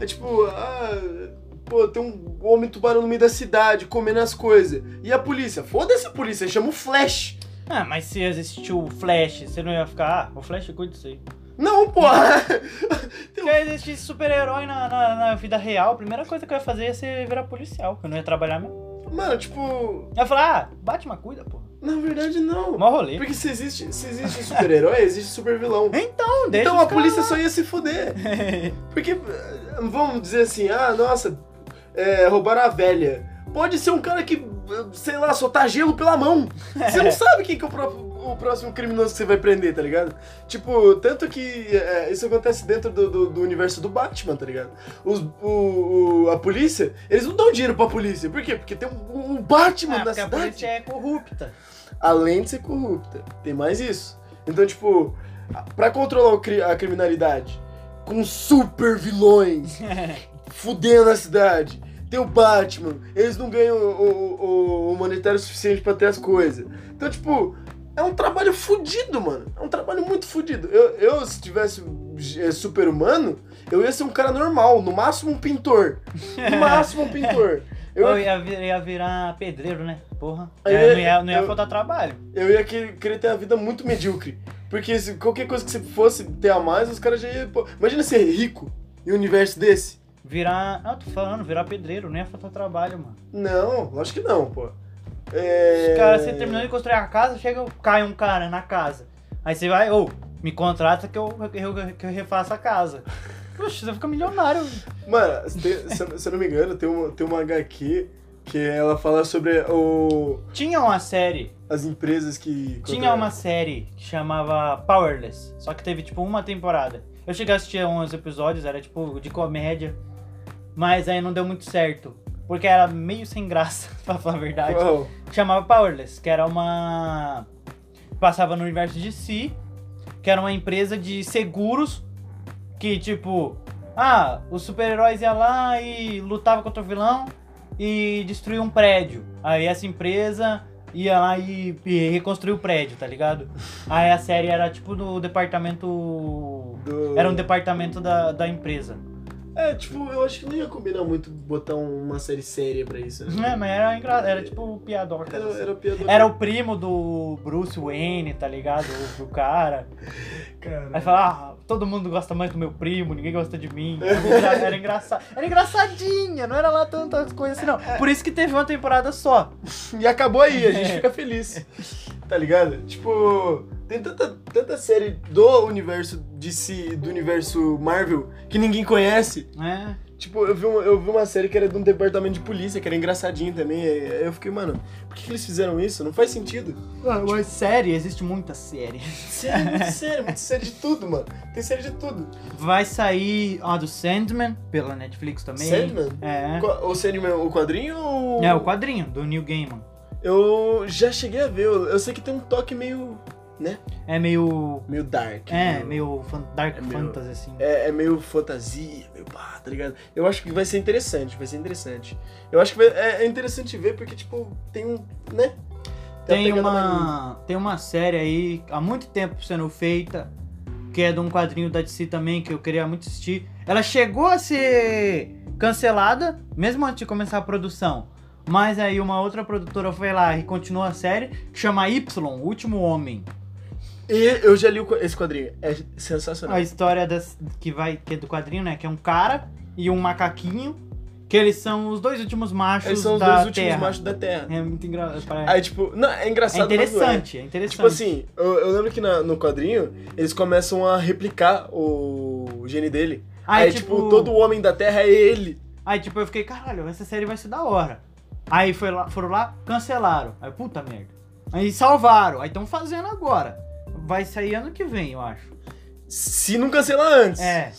É tipo, ah. Pô, tem um homem tubarão no meio da cidade comendo as coisas. E a polícia? Foda-se a polícia, chama o Flash.
Ah, mas se existiu o Flash, você não ia ficar, ah, o Flash cuida disso aí.
Não, porra!
Se existisse super-herói na, na, na vida real, a primeira coisa que eu ia fazer ia ser virar policial, que eu não ia trabalhar mesmo.
Mano, tipo.
Eu ia falar, ah, Batman cuida, pô.
Na verdade, não.
Mó rolê.
Porque se existe, se existe super-herói, existe super-vilão.
Não, deixa
Então
os
a
caras
polícia
lá.
só ia se foder. Porque, eh, vamos dizer assim, ah, nossa, é, roubaram a velha. Pode ser um cara que, eh, sei lá, soltar gelo pela mão. Você não sabe quem que é o, pró- o próximo criminoso que você vai prender, tá ligado? Tipo, tanto que eh, isso acontece dentro do, do- do universo do Batman, tá ligado? Os- o- o- a polícia, eles não dão dinheiro pra polícia. Por quê? Porque tem um, um Batman
Ah,
na
porque a
cidade
polícia é corrupta.
além de ser corrupta. Tem mais isso. Então, tipo, a- pra controlar o cri- a criminalidade com super vilões fudendo a cidade, tem o Batman, eles não ganham o, o- o- o monetário suficiente pra ter as coisas. Então, tipo, é um trabalho fudido, mano. É um trabalho muito fudido. Eu, eu se tivesse eh, super-humano, eu ia ser um cara normal, no máximo um pintor. No máximo um pintor.
Eu
Eu,
ia, vir- ia virar pedreiro, né? Porra.
Aí
É,
eu-
não ia, não ia
eu-
faltar trabalho.
Eu ia que- querer ter uma vida muito medíocre. Porque se qualquer coisa que você fosse ter a mais, os caras já iam. pô, Imagina ser rico em um universo desse?
Virar. Ah, eu tô falando, virar pedreiro, não ia faltar trabalho, mano.
Não, lógico que não, pô. É.
Os caras, você terminou de construir a casa, chega, cai um cara na casa. Aí você vai, ou, me contrata que eu, que eu, que eu refaço a casa. Poxa, você fica milionário.
Mano, se, tem- se eu- se eu não me engano, tem uma, tem uma HQ Que ela fala sobre o,
Tinha uma série,
as empresas que.
tinha uma série que chamava Powerless, só que teve tipo uma temporada. Eu cheguei a assistir uns episódios, era tipo de comédia, mas aí não deu muito certo, porque era meio sem graça, pra falar a verdade.
Uau.
chamava Powerless, que era uma. Passava no universo de si, que era uma empresa de seguros que, tipo, ah, os super-heróis iam lá e lutava contra o vilão e destruía um prédio. Aí essa empresa ia lá e, e reconstruiu o prédio, tá ligado? Aí a série era tipo do departamento.
Do-
Era um departamento da, da empresa.
É, tipo, eu acho que não ia combinar muito botar uma série séria pra isso, né?
É, mas era, engra- era tipo piadoca.
Era,
assim.
era piada.
Era o primo do Bruce Wayne, tá ligado? O, do cara.
Cara.
Aí fala, ah, todo mundo gosta mais do meu primo, ninguém gosta de mim. Era, era engraçado. Era engraçadinha, não era lá tantas coisas assim, não. Por isso que teve uma temporada só.
E acabou aí, a gente
É.
fica feliz. Tá ligado? Tipo, tem tanta, tanta série do universo DC, do universo Marvel, que ninguém conhece.
É.
Tipo, eu vi, uma, eu vi uma série que era de um departamento de polícia, que era engraçadinho também. e- e Eu fiquei, mano, por que, que eles fizeram isso? Não faz sentido.
Mas Tipo, série, existe muita série.
Série, é muito série, muito série de tudo, mano. Tem série de tudo.
Vai sair a do Sandman, pela Netflix também.
Sandman?
É.
Qua- O Sandman, o quadrinho ou...
É, o quadrinho do Neil Gaiman.
Eu já cheguei a ver, eu eu sei que tem um toque meio,
É meio.
meio dark.
É, meio fan- dark
É meio-
fantasy, assim.
É, é meio fantasia, meio pá, tá ligado? Eu acho que vai ser interessante, vai ser interessante. Eu acho que vai- é, é interessante ver porque, tipo, tem um, né?
Tem
pegada mais-
uma, tem uma série aí há muito tempo sendo feita, que é de um quadrinho da DC também, que eu queria muito assistir. Ela chegou a ser cancelada, mesmo antes de começar a produção. Mas aí uma outra produtora foi lá e continuou a série, que chama Y, O Último Homem.
E eu já li o qua- esse quadrinho, é sensacional.
A história das, que vai que é do quadrinho, né? Que é um cara e um macaquinho, que eles são os dois últimos machos
Eles são os
da
dois últimos
Terra.
machos da Terra.
É muito engraçado.
Aí, tipo, não, é
É
engraçado, mas não é.
interessante, é interessante.
Tipo assim, eu, eu lembro que na- no quadrinho, eles começam a replicar o gene dele. Aí, tipo, todo homem da Terra é ele.
Aí, tipo, eu fiquei, caralho, essa série vai ser da hora. Aí foi lá, foram lá, cancelaram. Aí, puta merda. Aí salvaram. Aí estão fazendo agora. Vai sair ano que vem, eu acho.
Se não cancelar antes.
É.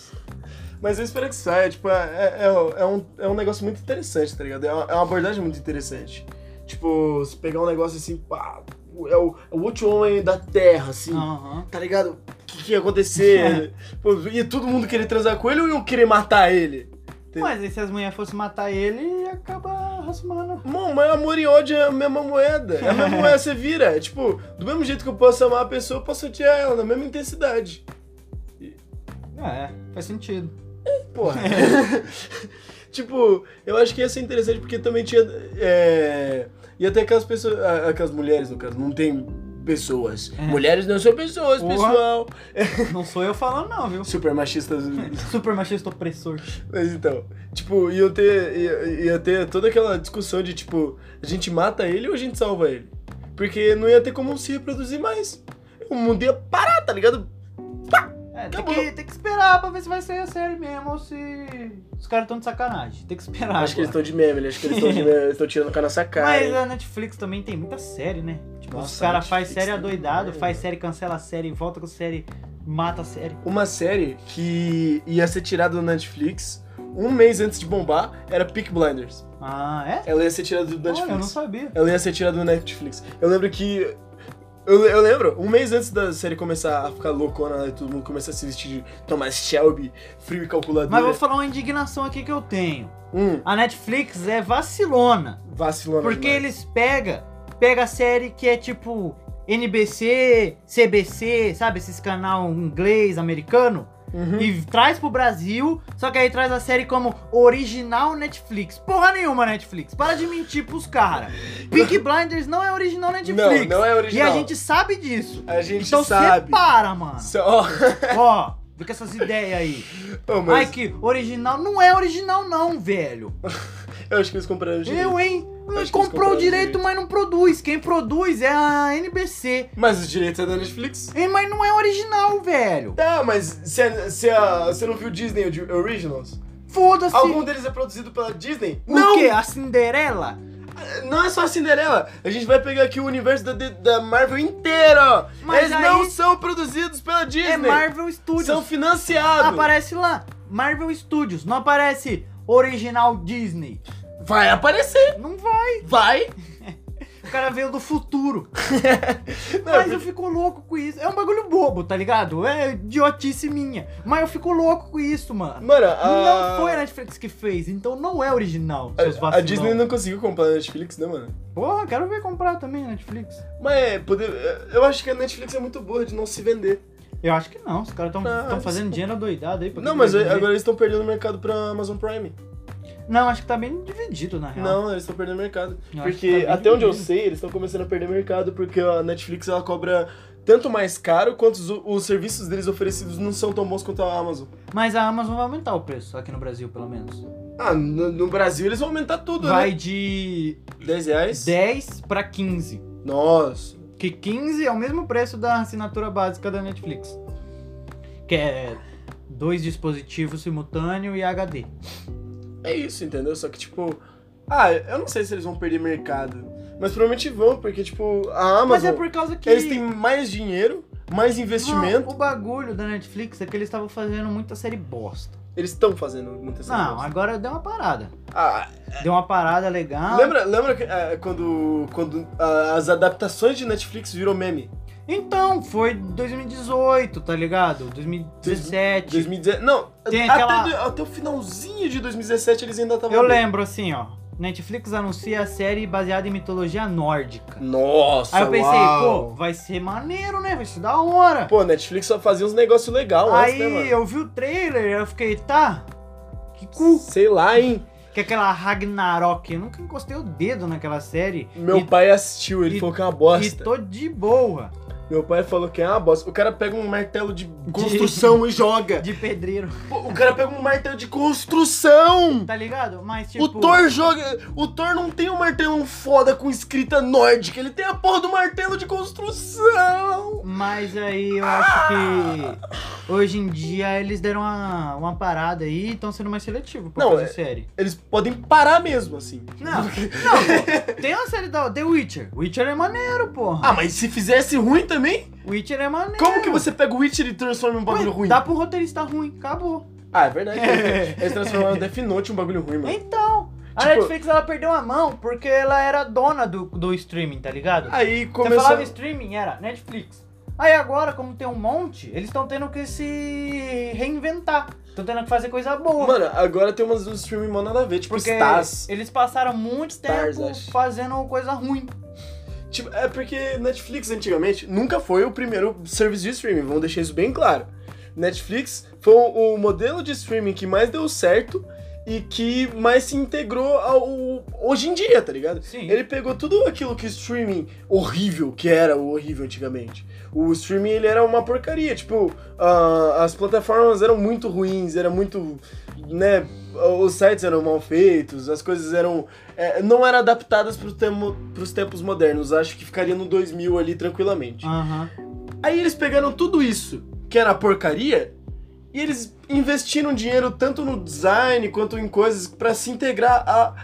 Mas eu espero que saia, tipo, é, é, é um, é um negócio muito interessante, tá ligado? É uma, é uma abordagem muito interessante. Tipo, se pegar um negócio assim, pá, é o, é o último homem da Terra, assim,
Aham.
tá ligado? O que, que ia acontecer? Pô, ia todo mundo querer transar com ele ou iam querer matar ele? Tem-
Mas aí se as mulheres fossem matar ele, acaba rasmando.
Mano, mas amor e ódio é a mesma moeda. É a mesma moeda, você vira. É, tipo, do mesmo jeito que eu posso amar a pessoa, eu posso odiar ela, na mesma intensidade.
É, faz sentido.
Porra. tipo, eu acho que ia ser interessante porque também tinha. É, ia ter aquelas pessoas. a- Aquelas mulheres, no caso, não tem pessoas.
É.
Mulheres não são pessoas,
Porra.
pessoal.
Não sou eu falando, não, viu?
Super machistas.
Super machista opressor.
Mas então, tipo, ia ter, ia, ia ter toda aquela discussão de tipo, a gente mata ele ou a gente salva ele? Porque não ia ter como se reproduzir mais. O mundo ia parar, tá ligado?
É, tem
Acabou.
que, tem que esperar pra ver se vai sair a série mesmo ou se os caras estão de sacanagem. Tem que esperar.
acho que eles
agora.
estão de meme, acho que eles estão de meme, eles estão tirando com a nossa cara.
Mas ah. a Netflix também tem muita série, né? Tipo,
Nossa,
os caras
Netflix é.
fazem série
tem
adoidado,
muita
faz
série,
série, cancela a série, volta com a série, mata a série.
Uma série que ia ser tirada da Netflix um mês antes de bombar era Peak Blinders.
Ah, é?
Ela ia ser tirada do Netflix. É
Olha, eu não sabia.
Ela ia ser tirada do Netflix. Eu lembro que. Eu, eu lembro, um mês antes da série começar a ficar loucona e todo mundo começar a se vestir de Thomas Shelby, frio e calculador. né?
Mas vou falar uma indignação aqui que eu tenho.
Hum,
A Netflix é vacilona.
vacilando.
Porque eles pegam pega a série que é tipo NBC, CBC, sabe? Esses canal inglês, americano.
Uhum. Hum.
E traz pro Brasil, só que aí traz a série como original Netflix. Porra nenhuma, Netflix. Para de mentir pros caras. Peak Blinders não é original Netflix.
Não, não é
E
original.
a gente sabe disso.
A gente
então
sabe.
separa, mano.
Só.
Ó, fica essas ideias aí.
Ô,
Ai,
mas
que original não é original, não, velho.
Eu acho que eles compraram direito.
Eu, hein?
Acho que eles
Comprou
compraram
o direito,
direito.
mas não produz. Quem produz é a NBC.
Mas os direitos é da Netflix?
Hein, Mas não é original, velho.
Tá, mas se a- se a- você não viu Disney Originals?
Foda-se.
Algum deles é produzido pela Disney?
O quê? A Cinderela?
não é só a Cinderela. A gente vai pegar aqui o universo da, da Marvel inteiro. ó.
Mas
Eles não
aí-
são produzidos pela Disney.
É Marvel Studios.
São financiados.
Aparece lá, Marvel Studios. Não aparece original Disney.
Vai aparecer.
Não vai.
Vai.
O cara veio do futuro.
Não,
Mas eu fico louco com isso. É um bagulho bobo, tá ligado? É idiotice minha. Mas eu fico louco com isso, mano.
Mano, a...
Não foi a Netflix que fez, então não é original. Seus
Ah. a, a
vacilão.
Disney não conseguiu comprar a Netflix, né, mano?
Porra, quero ver comprar também a Netflix.
Mas é, poder... eu acho que a Netflix é muito boa de não se vender.
Eu acho que não. Os caras
Ah,
estão fazendo dinheiro doidado aí. pra
Não,
que
mas
vai vender.
agora eles estão perdendo o mercado pra Amazon Prime.
Não, acho que tá bem dividido, na real.
Não, eles estão perdendo mercado.
Eu acho que
porque
tá bem
até onde eu
dividido.
sei, eles estão começando a perder mercado porque a Netflix ela cobra tanto mais caro quanto os, os serviços deles oferecidos não são tão bons quanto a Amazon.
Mas a Amazon vai aumentar o preço aqui no Brasil, pelo menos.
Ah, no, no Brasil eles vão aumentar tudo,
Vai
né?
de
10 reais?
10 pra 15.
Nossa.
Que 15 é o mesmo preço da assinatura básica da Netflix. Que é dois dispositivos simultâneo e HD.
É isso, entendeu? Só que, tipo. Ah, eu não sei se eles vão perder mercado. Mas provavelmente vão, porque, tipo, a
Mas é
Amazon.
por causa que.
Eles têm mais dinheiro, mais investimento.
Não, o bagulho da Netflix é que eles estavam fazendo muita série bosta.
Eles estão fazendo muitas
Não,
coisas.
agora deu uma parada.
Ah,
Deu uma parada legal.
Lembra, lembra que, eh, quando, quando ah, as adaptações de Netflix viram meme?
Então, foi 2018, tá ligado? 2017.
2017. Não,
Tem
até,
aquela-
do- até o finalzinho de 2017 eles ainda estavam.
Eu
bem.
lembro assim, ó. Netflix anuncia a série baseada em mitologia nórdica.
Nossa,
Aí eu pensei,
uau.
pô, vai ser maneiro, né? Vai ser da hora.
Pô, Netflix só fazia uns negócios legais antes,
Aí
né, mano?
eu vi o trailer eu fiquei, tá? Que cu.
Sei lá, hein?
Que é aquela Ragnarok. Eu nunca encostei o dedo naquela série.
Meu
e,
pai assistiu, ele
e-
falou que é uma
e
bosta.
tô de boa.
Meu pai falou que é uma bosta. O cara pega um martelo de construção e joga.
De pedreiro,
Pô, O cara pega um martelo de construção!
tá ligado? Mas tipo.
O Thor joga. O Thor não tem um martelão foda com escrita nórdica, ele tem a porra do martelo de construção!
Mas aí eu acho que hoje em dia eles deram uma, uma parada aí e estão sendo mais seletivos pra
Não,
fazer
é-
série.
Eles podem parar mesmo, assim.
Não, não, pô. Tem uma série da The Witcher. Witcher é maneiro, porra.
Ah, mas se fizesse ruim também?
Witcher é maneiro.
Como que você pega o Witcher e transforma em um bagulho
Ué,
ruim?
Dá pro roteirista ruim, acabou.
Ah, é verdade. Eles transformaram o Death Note em um bagulho ruim, mano.
Então, a
Tipo-
Netflix ela perdeu a mão porque ela era dona do, do streaming, tá ligado?
Aí
Você falava
Ah, começou.
streaming, era Netflix. Aí agora, como tem um monte, eles estão tendo que se reinventar. Estão tendo que fazer coisa boa.
Mano, agora tem umas dos streaming mó nada a ver, tipo
Porque
Stars.
eles passaram muito
Stars,
tempo
acho.
fazendo coisa ruim.
Tipo, é porque Netflix antigamente nunca foi o primeiro serviço de streaming, vamos deixar isso bem claro. Netflix foi o o modelo de streaming que mais deu certo e que mais se integrou ao hoje em dia, tá ligado?
Sim.
Ele pegou tudo aquilo que o streaming horrível, que era o horrível antigamente. O streaming ele era uma porcaria, tipo, ah, as plataformas eram muito ruins, era muito, né, os sites eram mal feitos, as coisas eram é, não eram adaptadas pro temo, pros tempos modernos. Acho que ficaria no 2000 ali tranquilamente.
Aham.
Aí eles pegaram tudo isso, que era porcaria, e eles investiram dinheiro tanto no design quanto em coisas pra se integrar à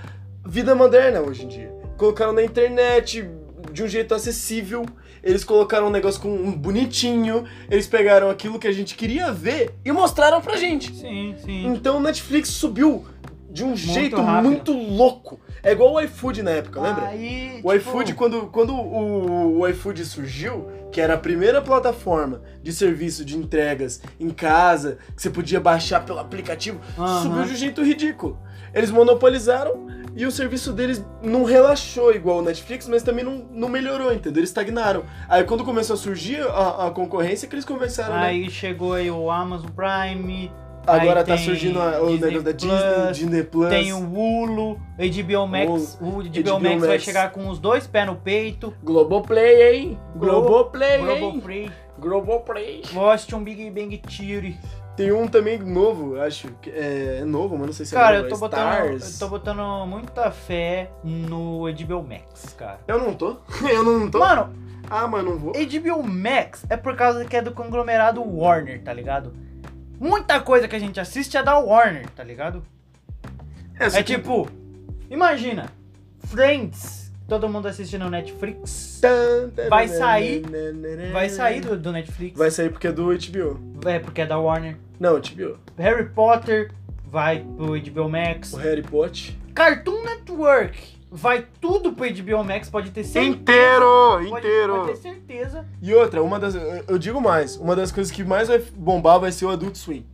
vida moderna hoje em dia. Colocaram na internet de um jeito acessível, eles colocaram um negócio com um bonitinho, eles pegaram aquilo que a gente queria ver e mostraram pra gente.
Sim, sim.
Então o Netflix subiu de um jeito
rápido.
muito louco. É igual o iFood na época, lembra?
Aí,
O
tipo,
iFood, quando, quando o, o iFood surgiu, que era a primeira plataforma de serviço de entregas em casa, que você podia baixar pelo aplicativo,
Aham.
subiu de um jeito ridículo. Eles monopolizaram e o serviço deles não relaxou igual o Netflix, mas também não, não melhorou, entendeu? Eles estagnaram. Aí quando começou a surgir a, a concorrência, que eles começaram, né?
Aí chegou aí o Amazon Prime,
Agora
aí
tá
tem
surgindo a- o
Disney
negócio da
Plus,
Disney, Disney Plus.
tem um o Hulu, HBO Max. o HBO,
HBO
Max, vai
Max.
chegar com os dois pés no peito.
Globoplay, hein?
Glo-
Globoplay, hein?
Globoplay.
Globoplay.
Lost um Big Bang Theory.
Tem um também novo, acho. que É, é novo, mas não sei se
Cara,
é novo.
eu tô,
é
botando,
Stars.
eu tô botando muita fé no HBO Max, cara.
Eu não tô. Eu não tô.
Mano,
Ah, mas não vou.
HBO Max é por causa que é do conglomerado Warner, tá ligado? Muita coisa que a gente assiste é da Warner, tá ligado?
só
É
que-
tipo, imagina, Friends, todo mundo assiste no Netflix. Vai sair- Vai sair do, do Netflix.
Vai sair porque é do HBO.
É, porque é da Warner.
Não, HBO.
Harry Potter vai pro HBO Max.
O Harry Potter.
Cartoon Network vai tudo pro HBO Max, pode ter certeza.
Inteiro!
Pode, pode ter certeza.
E outra, uma das. Eu digo mais, uma das coisas que mais vai bombar vai ser o Adult Swim.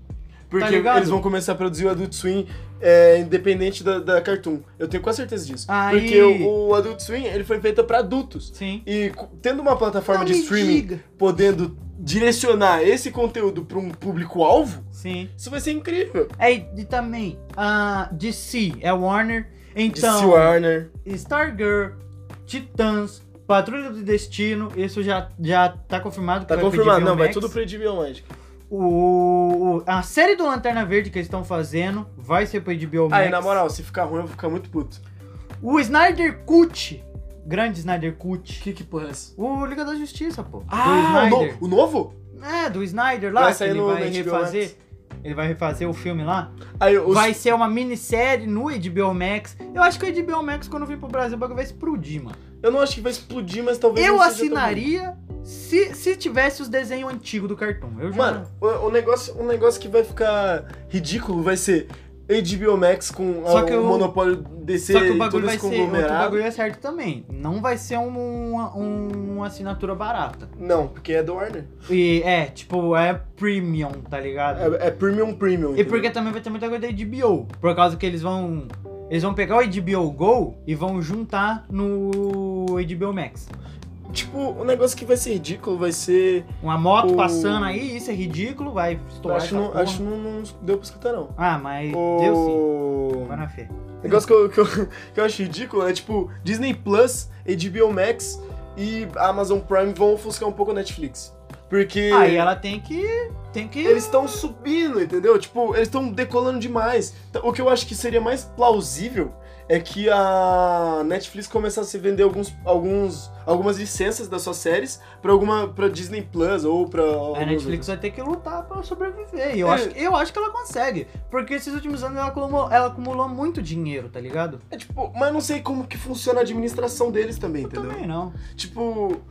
Porque
Tá ligado?
eles vão começar a produzir o Adult Swim é, independente da, da Cartoon. Eu tenho quase certeza disso.
Aí.
Porque o, o Adult Swim ele foi feito pra adultos.
Sim.
E co- tendo uma plataforma
Não
de
me
streaming
diga.
podendo direcionar esse conteúdo pra um público-alvo,
Sim.
isso vai ser incrível.
É, e também, a DC é Warner. Então,
DC Warner.
Stargirl, Titãs, Patrulha do Destino, isso já, já tá confirmado que
Tá
vai pro
confirmado.
HBO
Não, vai
Max.
tudo pro HBO Magic.
O, o- a série do Lanterna Verde que eles estão fazendo vai ser pro HBO Max.
Aí, na moral, se ficar ruim, eu vou ficar muito puto.
O Snyder Cut, grande Snyder Cut.
que porra é essa?
O Liga da Justiça, pô.
Ah, o,
do
no-
Snyder.
o novo?
É, do Snyder lá,
Vai
que
sair
ele
no-
vai
no HBO
refazer.
Max.
Ele vai refazer o filme lá.
Aí, os,
Vai ser uma minissérie no HBO Max. Eu acho que o HBO Max, quando vir pro Brasil, o bagulho vai explodir, mano.
Eu não acho que vai explodir, mas talvez.
eu
não seja tão
assinaria se, se tivesse os desenhos antigos do cartão. Eu
ruim.
já...
Mano, o, o negócio, o negócio que vai ficar ridículo vai ser HBO Max com
Só
a-
que
o
o-
monopólio DC
Só que
e
o bagulho
todo
vai
esse
ser. Outro bagulho
conglomerado.
é certo também. Não vai ser um- uma, um- uma assinatura barata.
Não, porque é do Warner.
E é, tipo, é premium, tá ligado?
É, é Premium Premium.
e
entendeu?
porque também vai ter muita coisa da HBO. Por causa que eles vão. Eles vão pegar o HBO Go e vão juntar no HBO Max.
Tipo, o negócio que vai ser ridículo vai ser.
Uma moto
O-
passando aí, isso é ridículo, vai estourar.
acho
essa
não,
porra.
acho que não, não deu pra escutar, não.
Ah, mas deu sim.
O
Vai na fé.
negócio que eu, que, eu, que eu acho ridículo é tipo Disney Plus, HBO Max e Amazon Prime vão ofuscar um pouco a Netflix. Porque.
Aí ela tem que. Tem que.
Eles estão subindo, entendeu? Tipo, eles estão decolando demais. T- O que eu acho que seria mais plausível é que a Netflix começasse a vender alguns, alguns, algumas licenças das suas séries pra alguma pra Disney Plus ou pra.
A Netflix vai ter que lutar pra sobreviver. E eu,
É.
acho, eu acho que ela consegue. Porque esses últimos anos ela acumulou, ela acumulou muito dinheiro, tá ligado?
É, tipo, mas eu não sei como que funciona a administração deles também,
Eu
entendeu?
também não.
Tipo,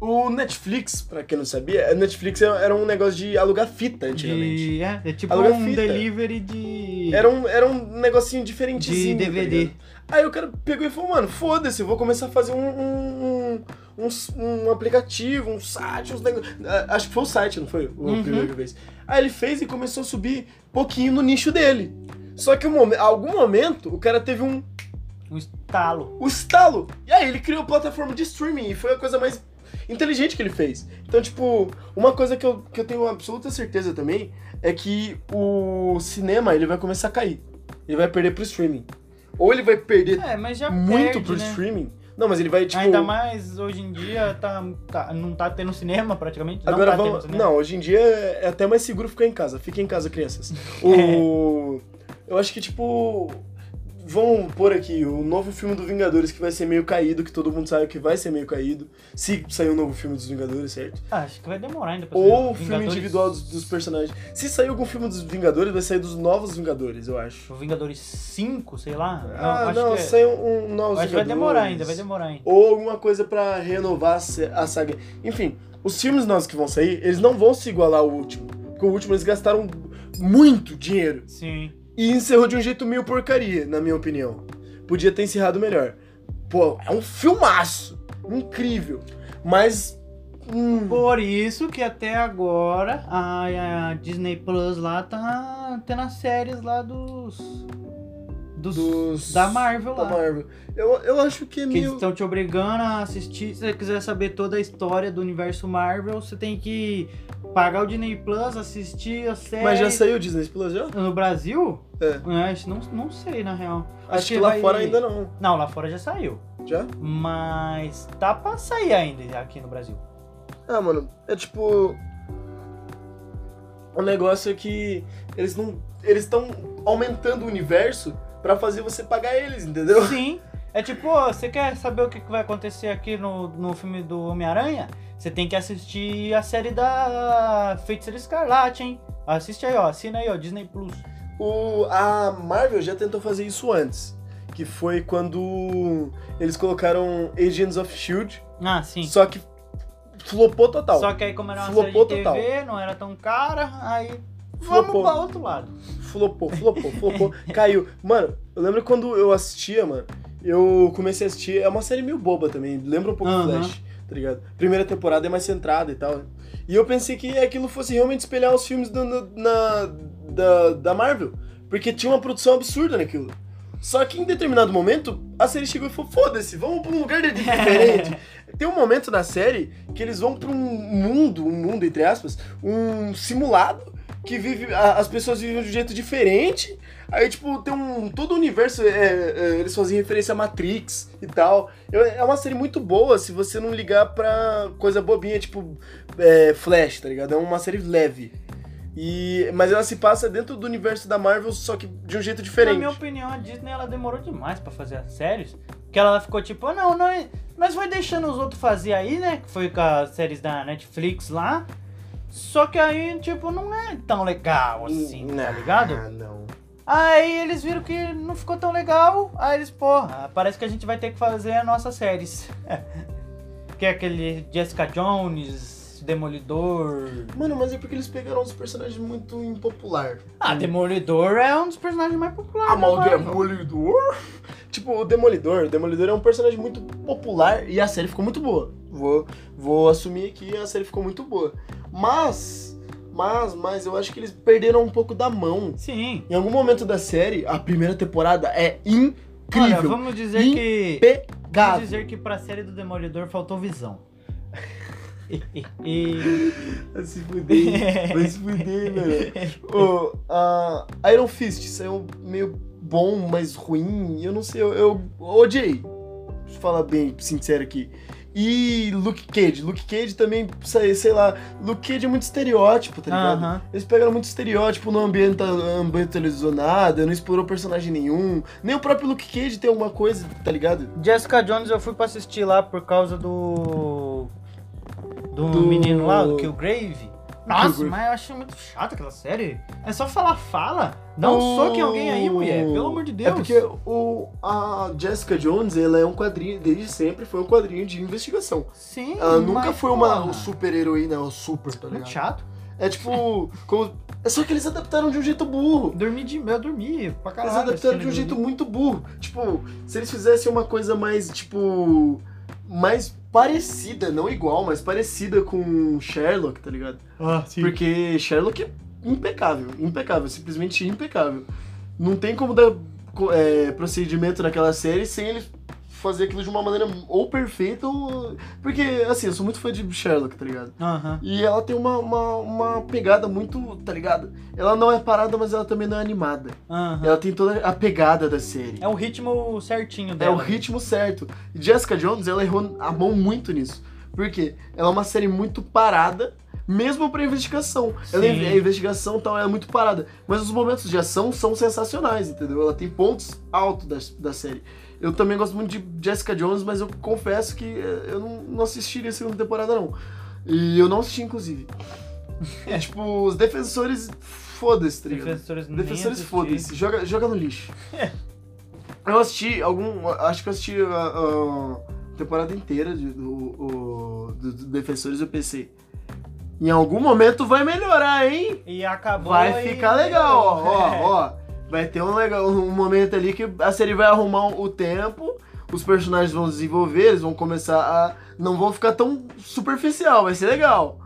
o Netflix, pra quem não sabia, a Netflix era era um negócio de alugar fita antigamente.
De, é, é tipo
Aluga
um
fita.
delivery de.
Era um, era um negocinho
de
diferentezinho. tá ligado?
DVD.
Aí o cara pegou e falou, mano, foda-se, eu vou começar a fazer um, um, um, um, s- um aplicativo, um site, uns negócios. Acho que foi o site, não foi? O
Uhum.
primeiro que fez. Aí ele fez e começou a subir pouquinho no nicho dele. Só que em momen- algum momento o cara teve um,
um estalo.
um estalo. E aí ele criou a plataforma de streaming e foi a coisa mais inteligente que ele fez. Então, tipo, uma coisa que eu, que eu tenho absoluta certeza também é que o cinema ele vai começar a cair. Ele vai perder pro streaming. Ou ele vai perder
É, mas já
muito
perde,
pro
né?
streaming. Não, mas ele vai, tipo.
Ainda mais hoje em dia tá, tá- não tá tendo cinema praticamente. não
agora
tá
vamos.
Tendo cinema.
Não, hoje em dia é até mais seguro ficar em casa. Fiquem em casa, crianças. O.
É.
Eu acho que, tipo. Vamos pôr aqui o novo filme do Vingadores que vai ser meio caído, que todo mundo sabe que vai ser meio caído. Se sair um novo filme dos Vingadores, certo?
Ah, acho que vai demorar ainda pra
Ou o
sair.
filme
Vingadores-
individual dos, dos personagens. Se sair algum filme dos Vingadores, vai sair dos novos Vingadores, eu acho.
O Tipo, Vingadores 5, sei lá.
ah,
acho
não,
que, é-
sai um, um novo
acho que vai demorar ainda, vai demorar ainda.
ou alguma coisa pra renovar a se- a saga. Enfim, os filmes novos que vão sair, eles não vão se igualar ao último. Porque o último eles gastaram muito dinheiro.
Sim.
E encerrou de um jeito meio porcaria, na minha opinião. Podia ter encerrado melhor. Pô, é um filmaço. Incrível. Mas. hum,
Por isso que até agora a, a Disney Plus lá tá tendo as séries lá dos. dos.
dos.
da Marvel
da
lá.
tá Marvel. Eu, eu acho que é
Que eles
meio.
estão te obrigando a assistir. Se você quiser saber toda a história do universo Marvel, você tem que pagar o Disney Plus, assistir a série.
Mas já saiu o Disney Plus já?
No Brasil?
É.
É, isso não, não sei, na real.
Acho, que, lá
vai-
fora ainda não.
Não, lá fora já saiu.
Já?
Mas tá pra sair ainda aqui no Brasil.
Ah, mano, é tipo. O negócio é que eles não. Eles estão aumentando o universo pra fazer você pagar eles, entendeu?
Sim. É tipo, ó, você quer saber o que que vai acontecer aqui no, no filme do Homem-Aranha? Você tem que assistir a série da Feiticeira Escarlate, hein? Assiste aí, ó. Assina aí, ó. Disney Plus.
O, a Marvel já tentou fazer isso antes. que foi quando eles colocaram Agents of Shield,
Ah, sim.
só que flopou total.
Só que aí, como era uma série
Flopou
de TV,
total.
não era tão cara, aí vamos
Flopou.
pra outro lado.
Flopou, flopou, flopou, caiu. Mano, eu lembro quando eu assistia, mano, eu comecei a assistir, é uma série meio boba também, lembra um pouco do
Aham.
Flash, tá ligado? Primeira temporada é mais centrada e tal. E eu pensei que aquilo fosse realmente espelhar os filmes do- do- na, da, da Marvel, porque tinha uma produção absurda naquilo. Só que em determinado momento, a série chegou e falou, foda-se, vamos pra um lugar de- diferente. Tem um momento na série que eles vão pra um mundo, um mundo entre aspas, um simulado que vive, a- as pessoas vivem de um jeito diferente. Aí, tipo, tem um. Todo o universo, é, é, eles fazem referência a Matrix e tal. Eu- é uma série muito boa se você não ligar pra coisa bobinha, tipo é, Flash, tá ligado? É uma série leve. E, mas ela se passa dentro do universo da Marvel, só que de um jeito
Na
diferente.
minha opinião, a Disney ela demorou demais pra fazer as séries. Porque ela ficou tipo, "Ah, não, não. é- Mas foi deixando os outros fazer aí, né? Que foi com as séries da Netflix lá. Só que aí, tipo, não é tão legal assim, tá
Não,
ligado?
não.
Aí eles viram que não ficou tão legal. Aí eles, porra, parece que a gente vai ter que fazer as nossas séries. que é aquele Jessica Jones, Demolidor.
Mano, mas é porque eles pegaram uns personagens muito impopular.
Ah, Demolidor é um dos personagens mais populares.
Ah, mas o
né, mano?
Demolidor? Tipo, o Demolidor, o Demolidor é um personagem muito popular e a série ficou muito boa. Vou, vou assumir que a série ficou muito boa. Mas, mas, mas eu acho que eles perderam um pouco da mão.
Sim.
Em algum momento da série, a primeira temporada é
Olha,
incrível.
vamos dizer que. Vamos
Pegado.
dizer que pra série do Demolidor faltou visão. e.
Vai se fuder, vai se fuder, mano. Ô, a Iron Fist saiu meio bom, mas ruim. Eu não sei, eu, eu odiei. Deixa eu falar bem sincero aqui. E Luke Cage. Luke Cage também, sei, sei lá, Luke Cage é muito estereótipo, tá ligado?
Aham.
Eles pegaram muito estereótipo, não ambienta- ambientalizou nada, não explorou personagem nenhum. Nem o próprio Luke Cage tem alguma coisa, tá ligado?
Jessica Jones eu fui pra assistir lá por causa do. Do,
Do-
menino lá, do Killgrave. Nossa,
Killgrave.
mas eu achei muito chato aquela série. É só falar, fala. Dá um soco em alguém aí, mulher. Pelo amor de Deus.
É porque o, a Jessica Jones, ela é um quadrinho, desde sempre foi um quadrinho de investigação.
Sim.
Ela nunca
mas,
foi uma
porra,
super heroína, ou super, tá
Muito
ligado?
chato.
É tipo. Como, é só que eles adaptaram de um jeito burro.
Dormi de. Eu dormi pra
Eles
caralho.
adaptaram
assim,
de um
eu
jeito
dormi.
muito burro. Tipo, se eles fizessem uma coisa mais, tipo. Mais parecida, não igual, mas parecida com Sherlock, tá ligado?
Ah, sim.
Porque Sherlock é impecável, impecável, simplesmente impecável. Não tem como dar co- é, procedimento naquela série sem ele fazer aquilo de uma maneira ou perfeita ou. Porque, assim, eu sou muito fã de Sherlock, tá ligado?
Aham.
E ela tem uma, uma, uma pegada muito, tá ligado? Ela não é parada, mas ela também não é animada.
Aham.
Ela tem toda a pegada da série.
É o ritmo certinho
É
dela.
o ritmo certo. E Jessica Jones, ela errou a mão muito nisso. Por quê? Ela é uma série muito parada, mesmo pra investigação. Ela é,
Sim.
a investigação e tal, ela é muito parada. Mas os momentos de ação são sensacionais, entendeu? Ela tem pontos altos da, da série. Eu também gosto muito de Jessica Jones, mas eu confesso que eh, eu não, não assistiria a segunda temporada, não. E eu não assisti, inclusive. É tipo, os defensores, foda-se, tá ligado?
Defensores, nem
Defensores
assisti.
foda-se, joga, joga no lixo. eu assisti algum. Acho que eu assisti a, a temporada inteira de- do, o- do- do Defensores eu pensei. Em algum momento vai melhorar, hein?
E acabou.
Vai
e-
ficar legal, ó,
É.
ó, ó. Vai ter um, legal, um momento ali que a série vai arrumar o tempo, os personagens vão desenvolver, eles vão começar a. Não vão ficar tão superficial, vai ser legal.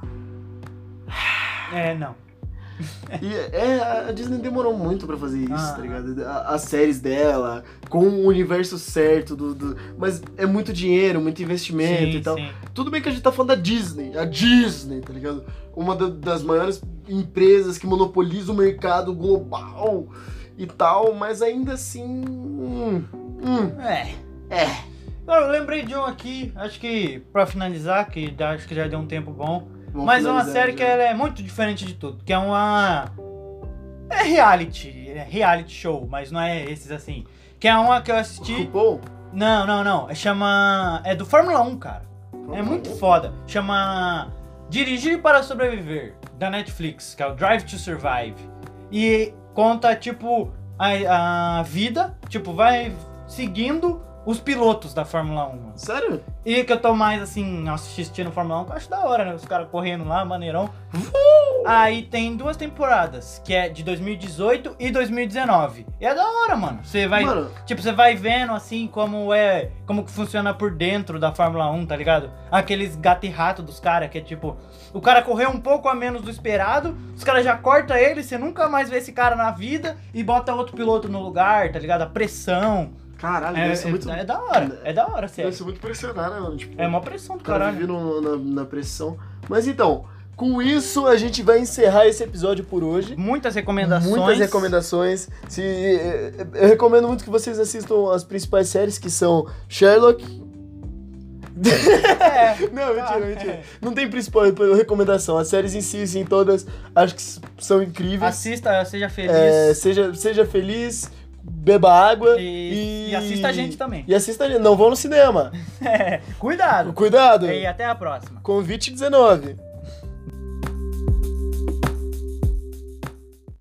É, não.
E é, a Disney demorou muito pra fazer isso,
Ah.
tá ligado? A- as séries dela, com o universo certo, do, do- mas é muito dinheiro, muito investimento
Sim,
e tal.
sim.
Tudo bem que a gente tá falando da Disney, a Disney, tá ligado? Uma da- das maiores empresas que monopoliza o mercado global e tal, mas ainda assim. Hum, hum,
É.
É.
Eu lembrei de um aqui, acho que pra finalizar, que já- acho que já deu um tempo bom.
vamos
Mas é uma
finalizar
série
já.
que ela é muito diferente de tudo, que é uma. É reality, é reality show, mas não é esses assim. Que é uma que eu assisti.
RuPaul?
Não, não, não. É chama. É do Fórmula 1, cara. É muito foda. Chama Dirigir para Sobreviver, da Netflix, que é o Drive to Survive. E conta, tipo, a, a vida. Tipo, vai. seguindo os pilotos da Fórmula 1. mano.
Sério?
E que eu tô mais assim, assistindo Fórmula 1, que eu acho da hora, né? Os caras correndo lá, maneirão. Aí tem duas temporadas, que é de 2018 e 2019. E é da hora, mano. Você vai.
Mano,
Tipo, você vai vendo assim como é. Como que funciona por dentro da Fórmula 1, tá ligado? Aqueles gato e rato dos caras, que é tipo, o cara correu um pouco a menos do esperado, os caras já corta ele, você nunca mais vê esse cara na vida e bota outro piloto no lugar, tá ligado? A pressão.
caralho,
É,
deve ser
é-
muito.
é da hora, é da hora, sério.
Deve ser muito pressionar, né, mano? Tipo,
É uma pressão do
O cara
caralho.
vivendo na, na pressão. Mas então, com isso a gente vai encerrar esse episódio por hoje.
Muitas recomendações.
Muitas recomendações. Se, eh, eu recomendo muito que vocês assistam as principais séries que são Sherlock.
É.
Não,
Ah,
mentira, mentira.
é.
Não tem principal recomendação. As séries em si, assim, todas, acho que s- são incríveis.
Assista, seja feliz.
É, seja, seja feliz, beba água
E- e assista a gente também.
E assista a gente. Não vão no cinema.
Cuidado.
Cuidado.
E até a próxima.
Convite 19.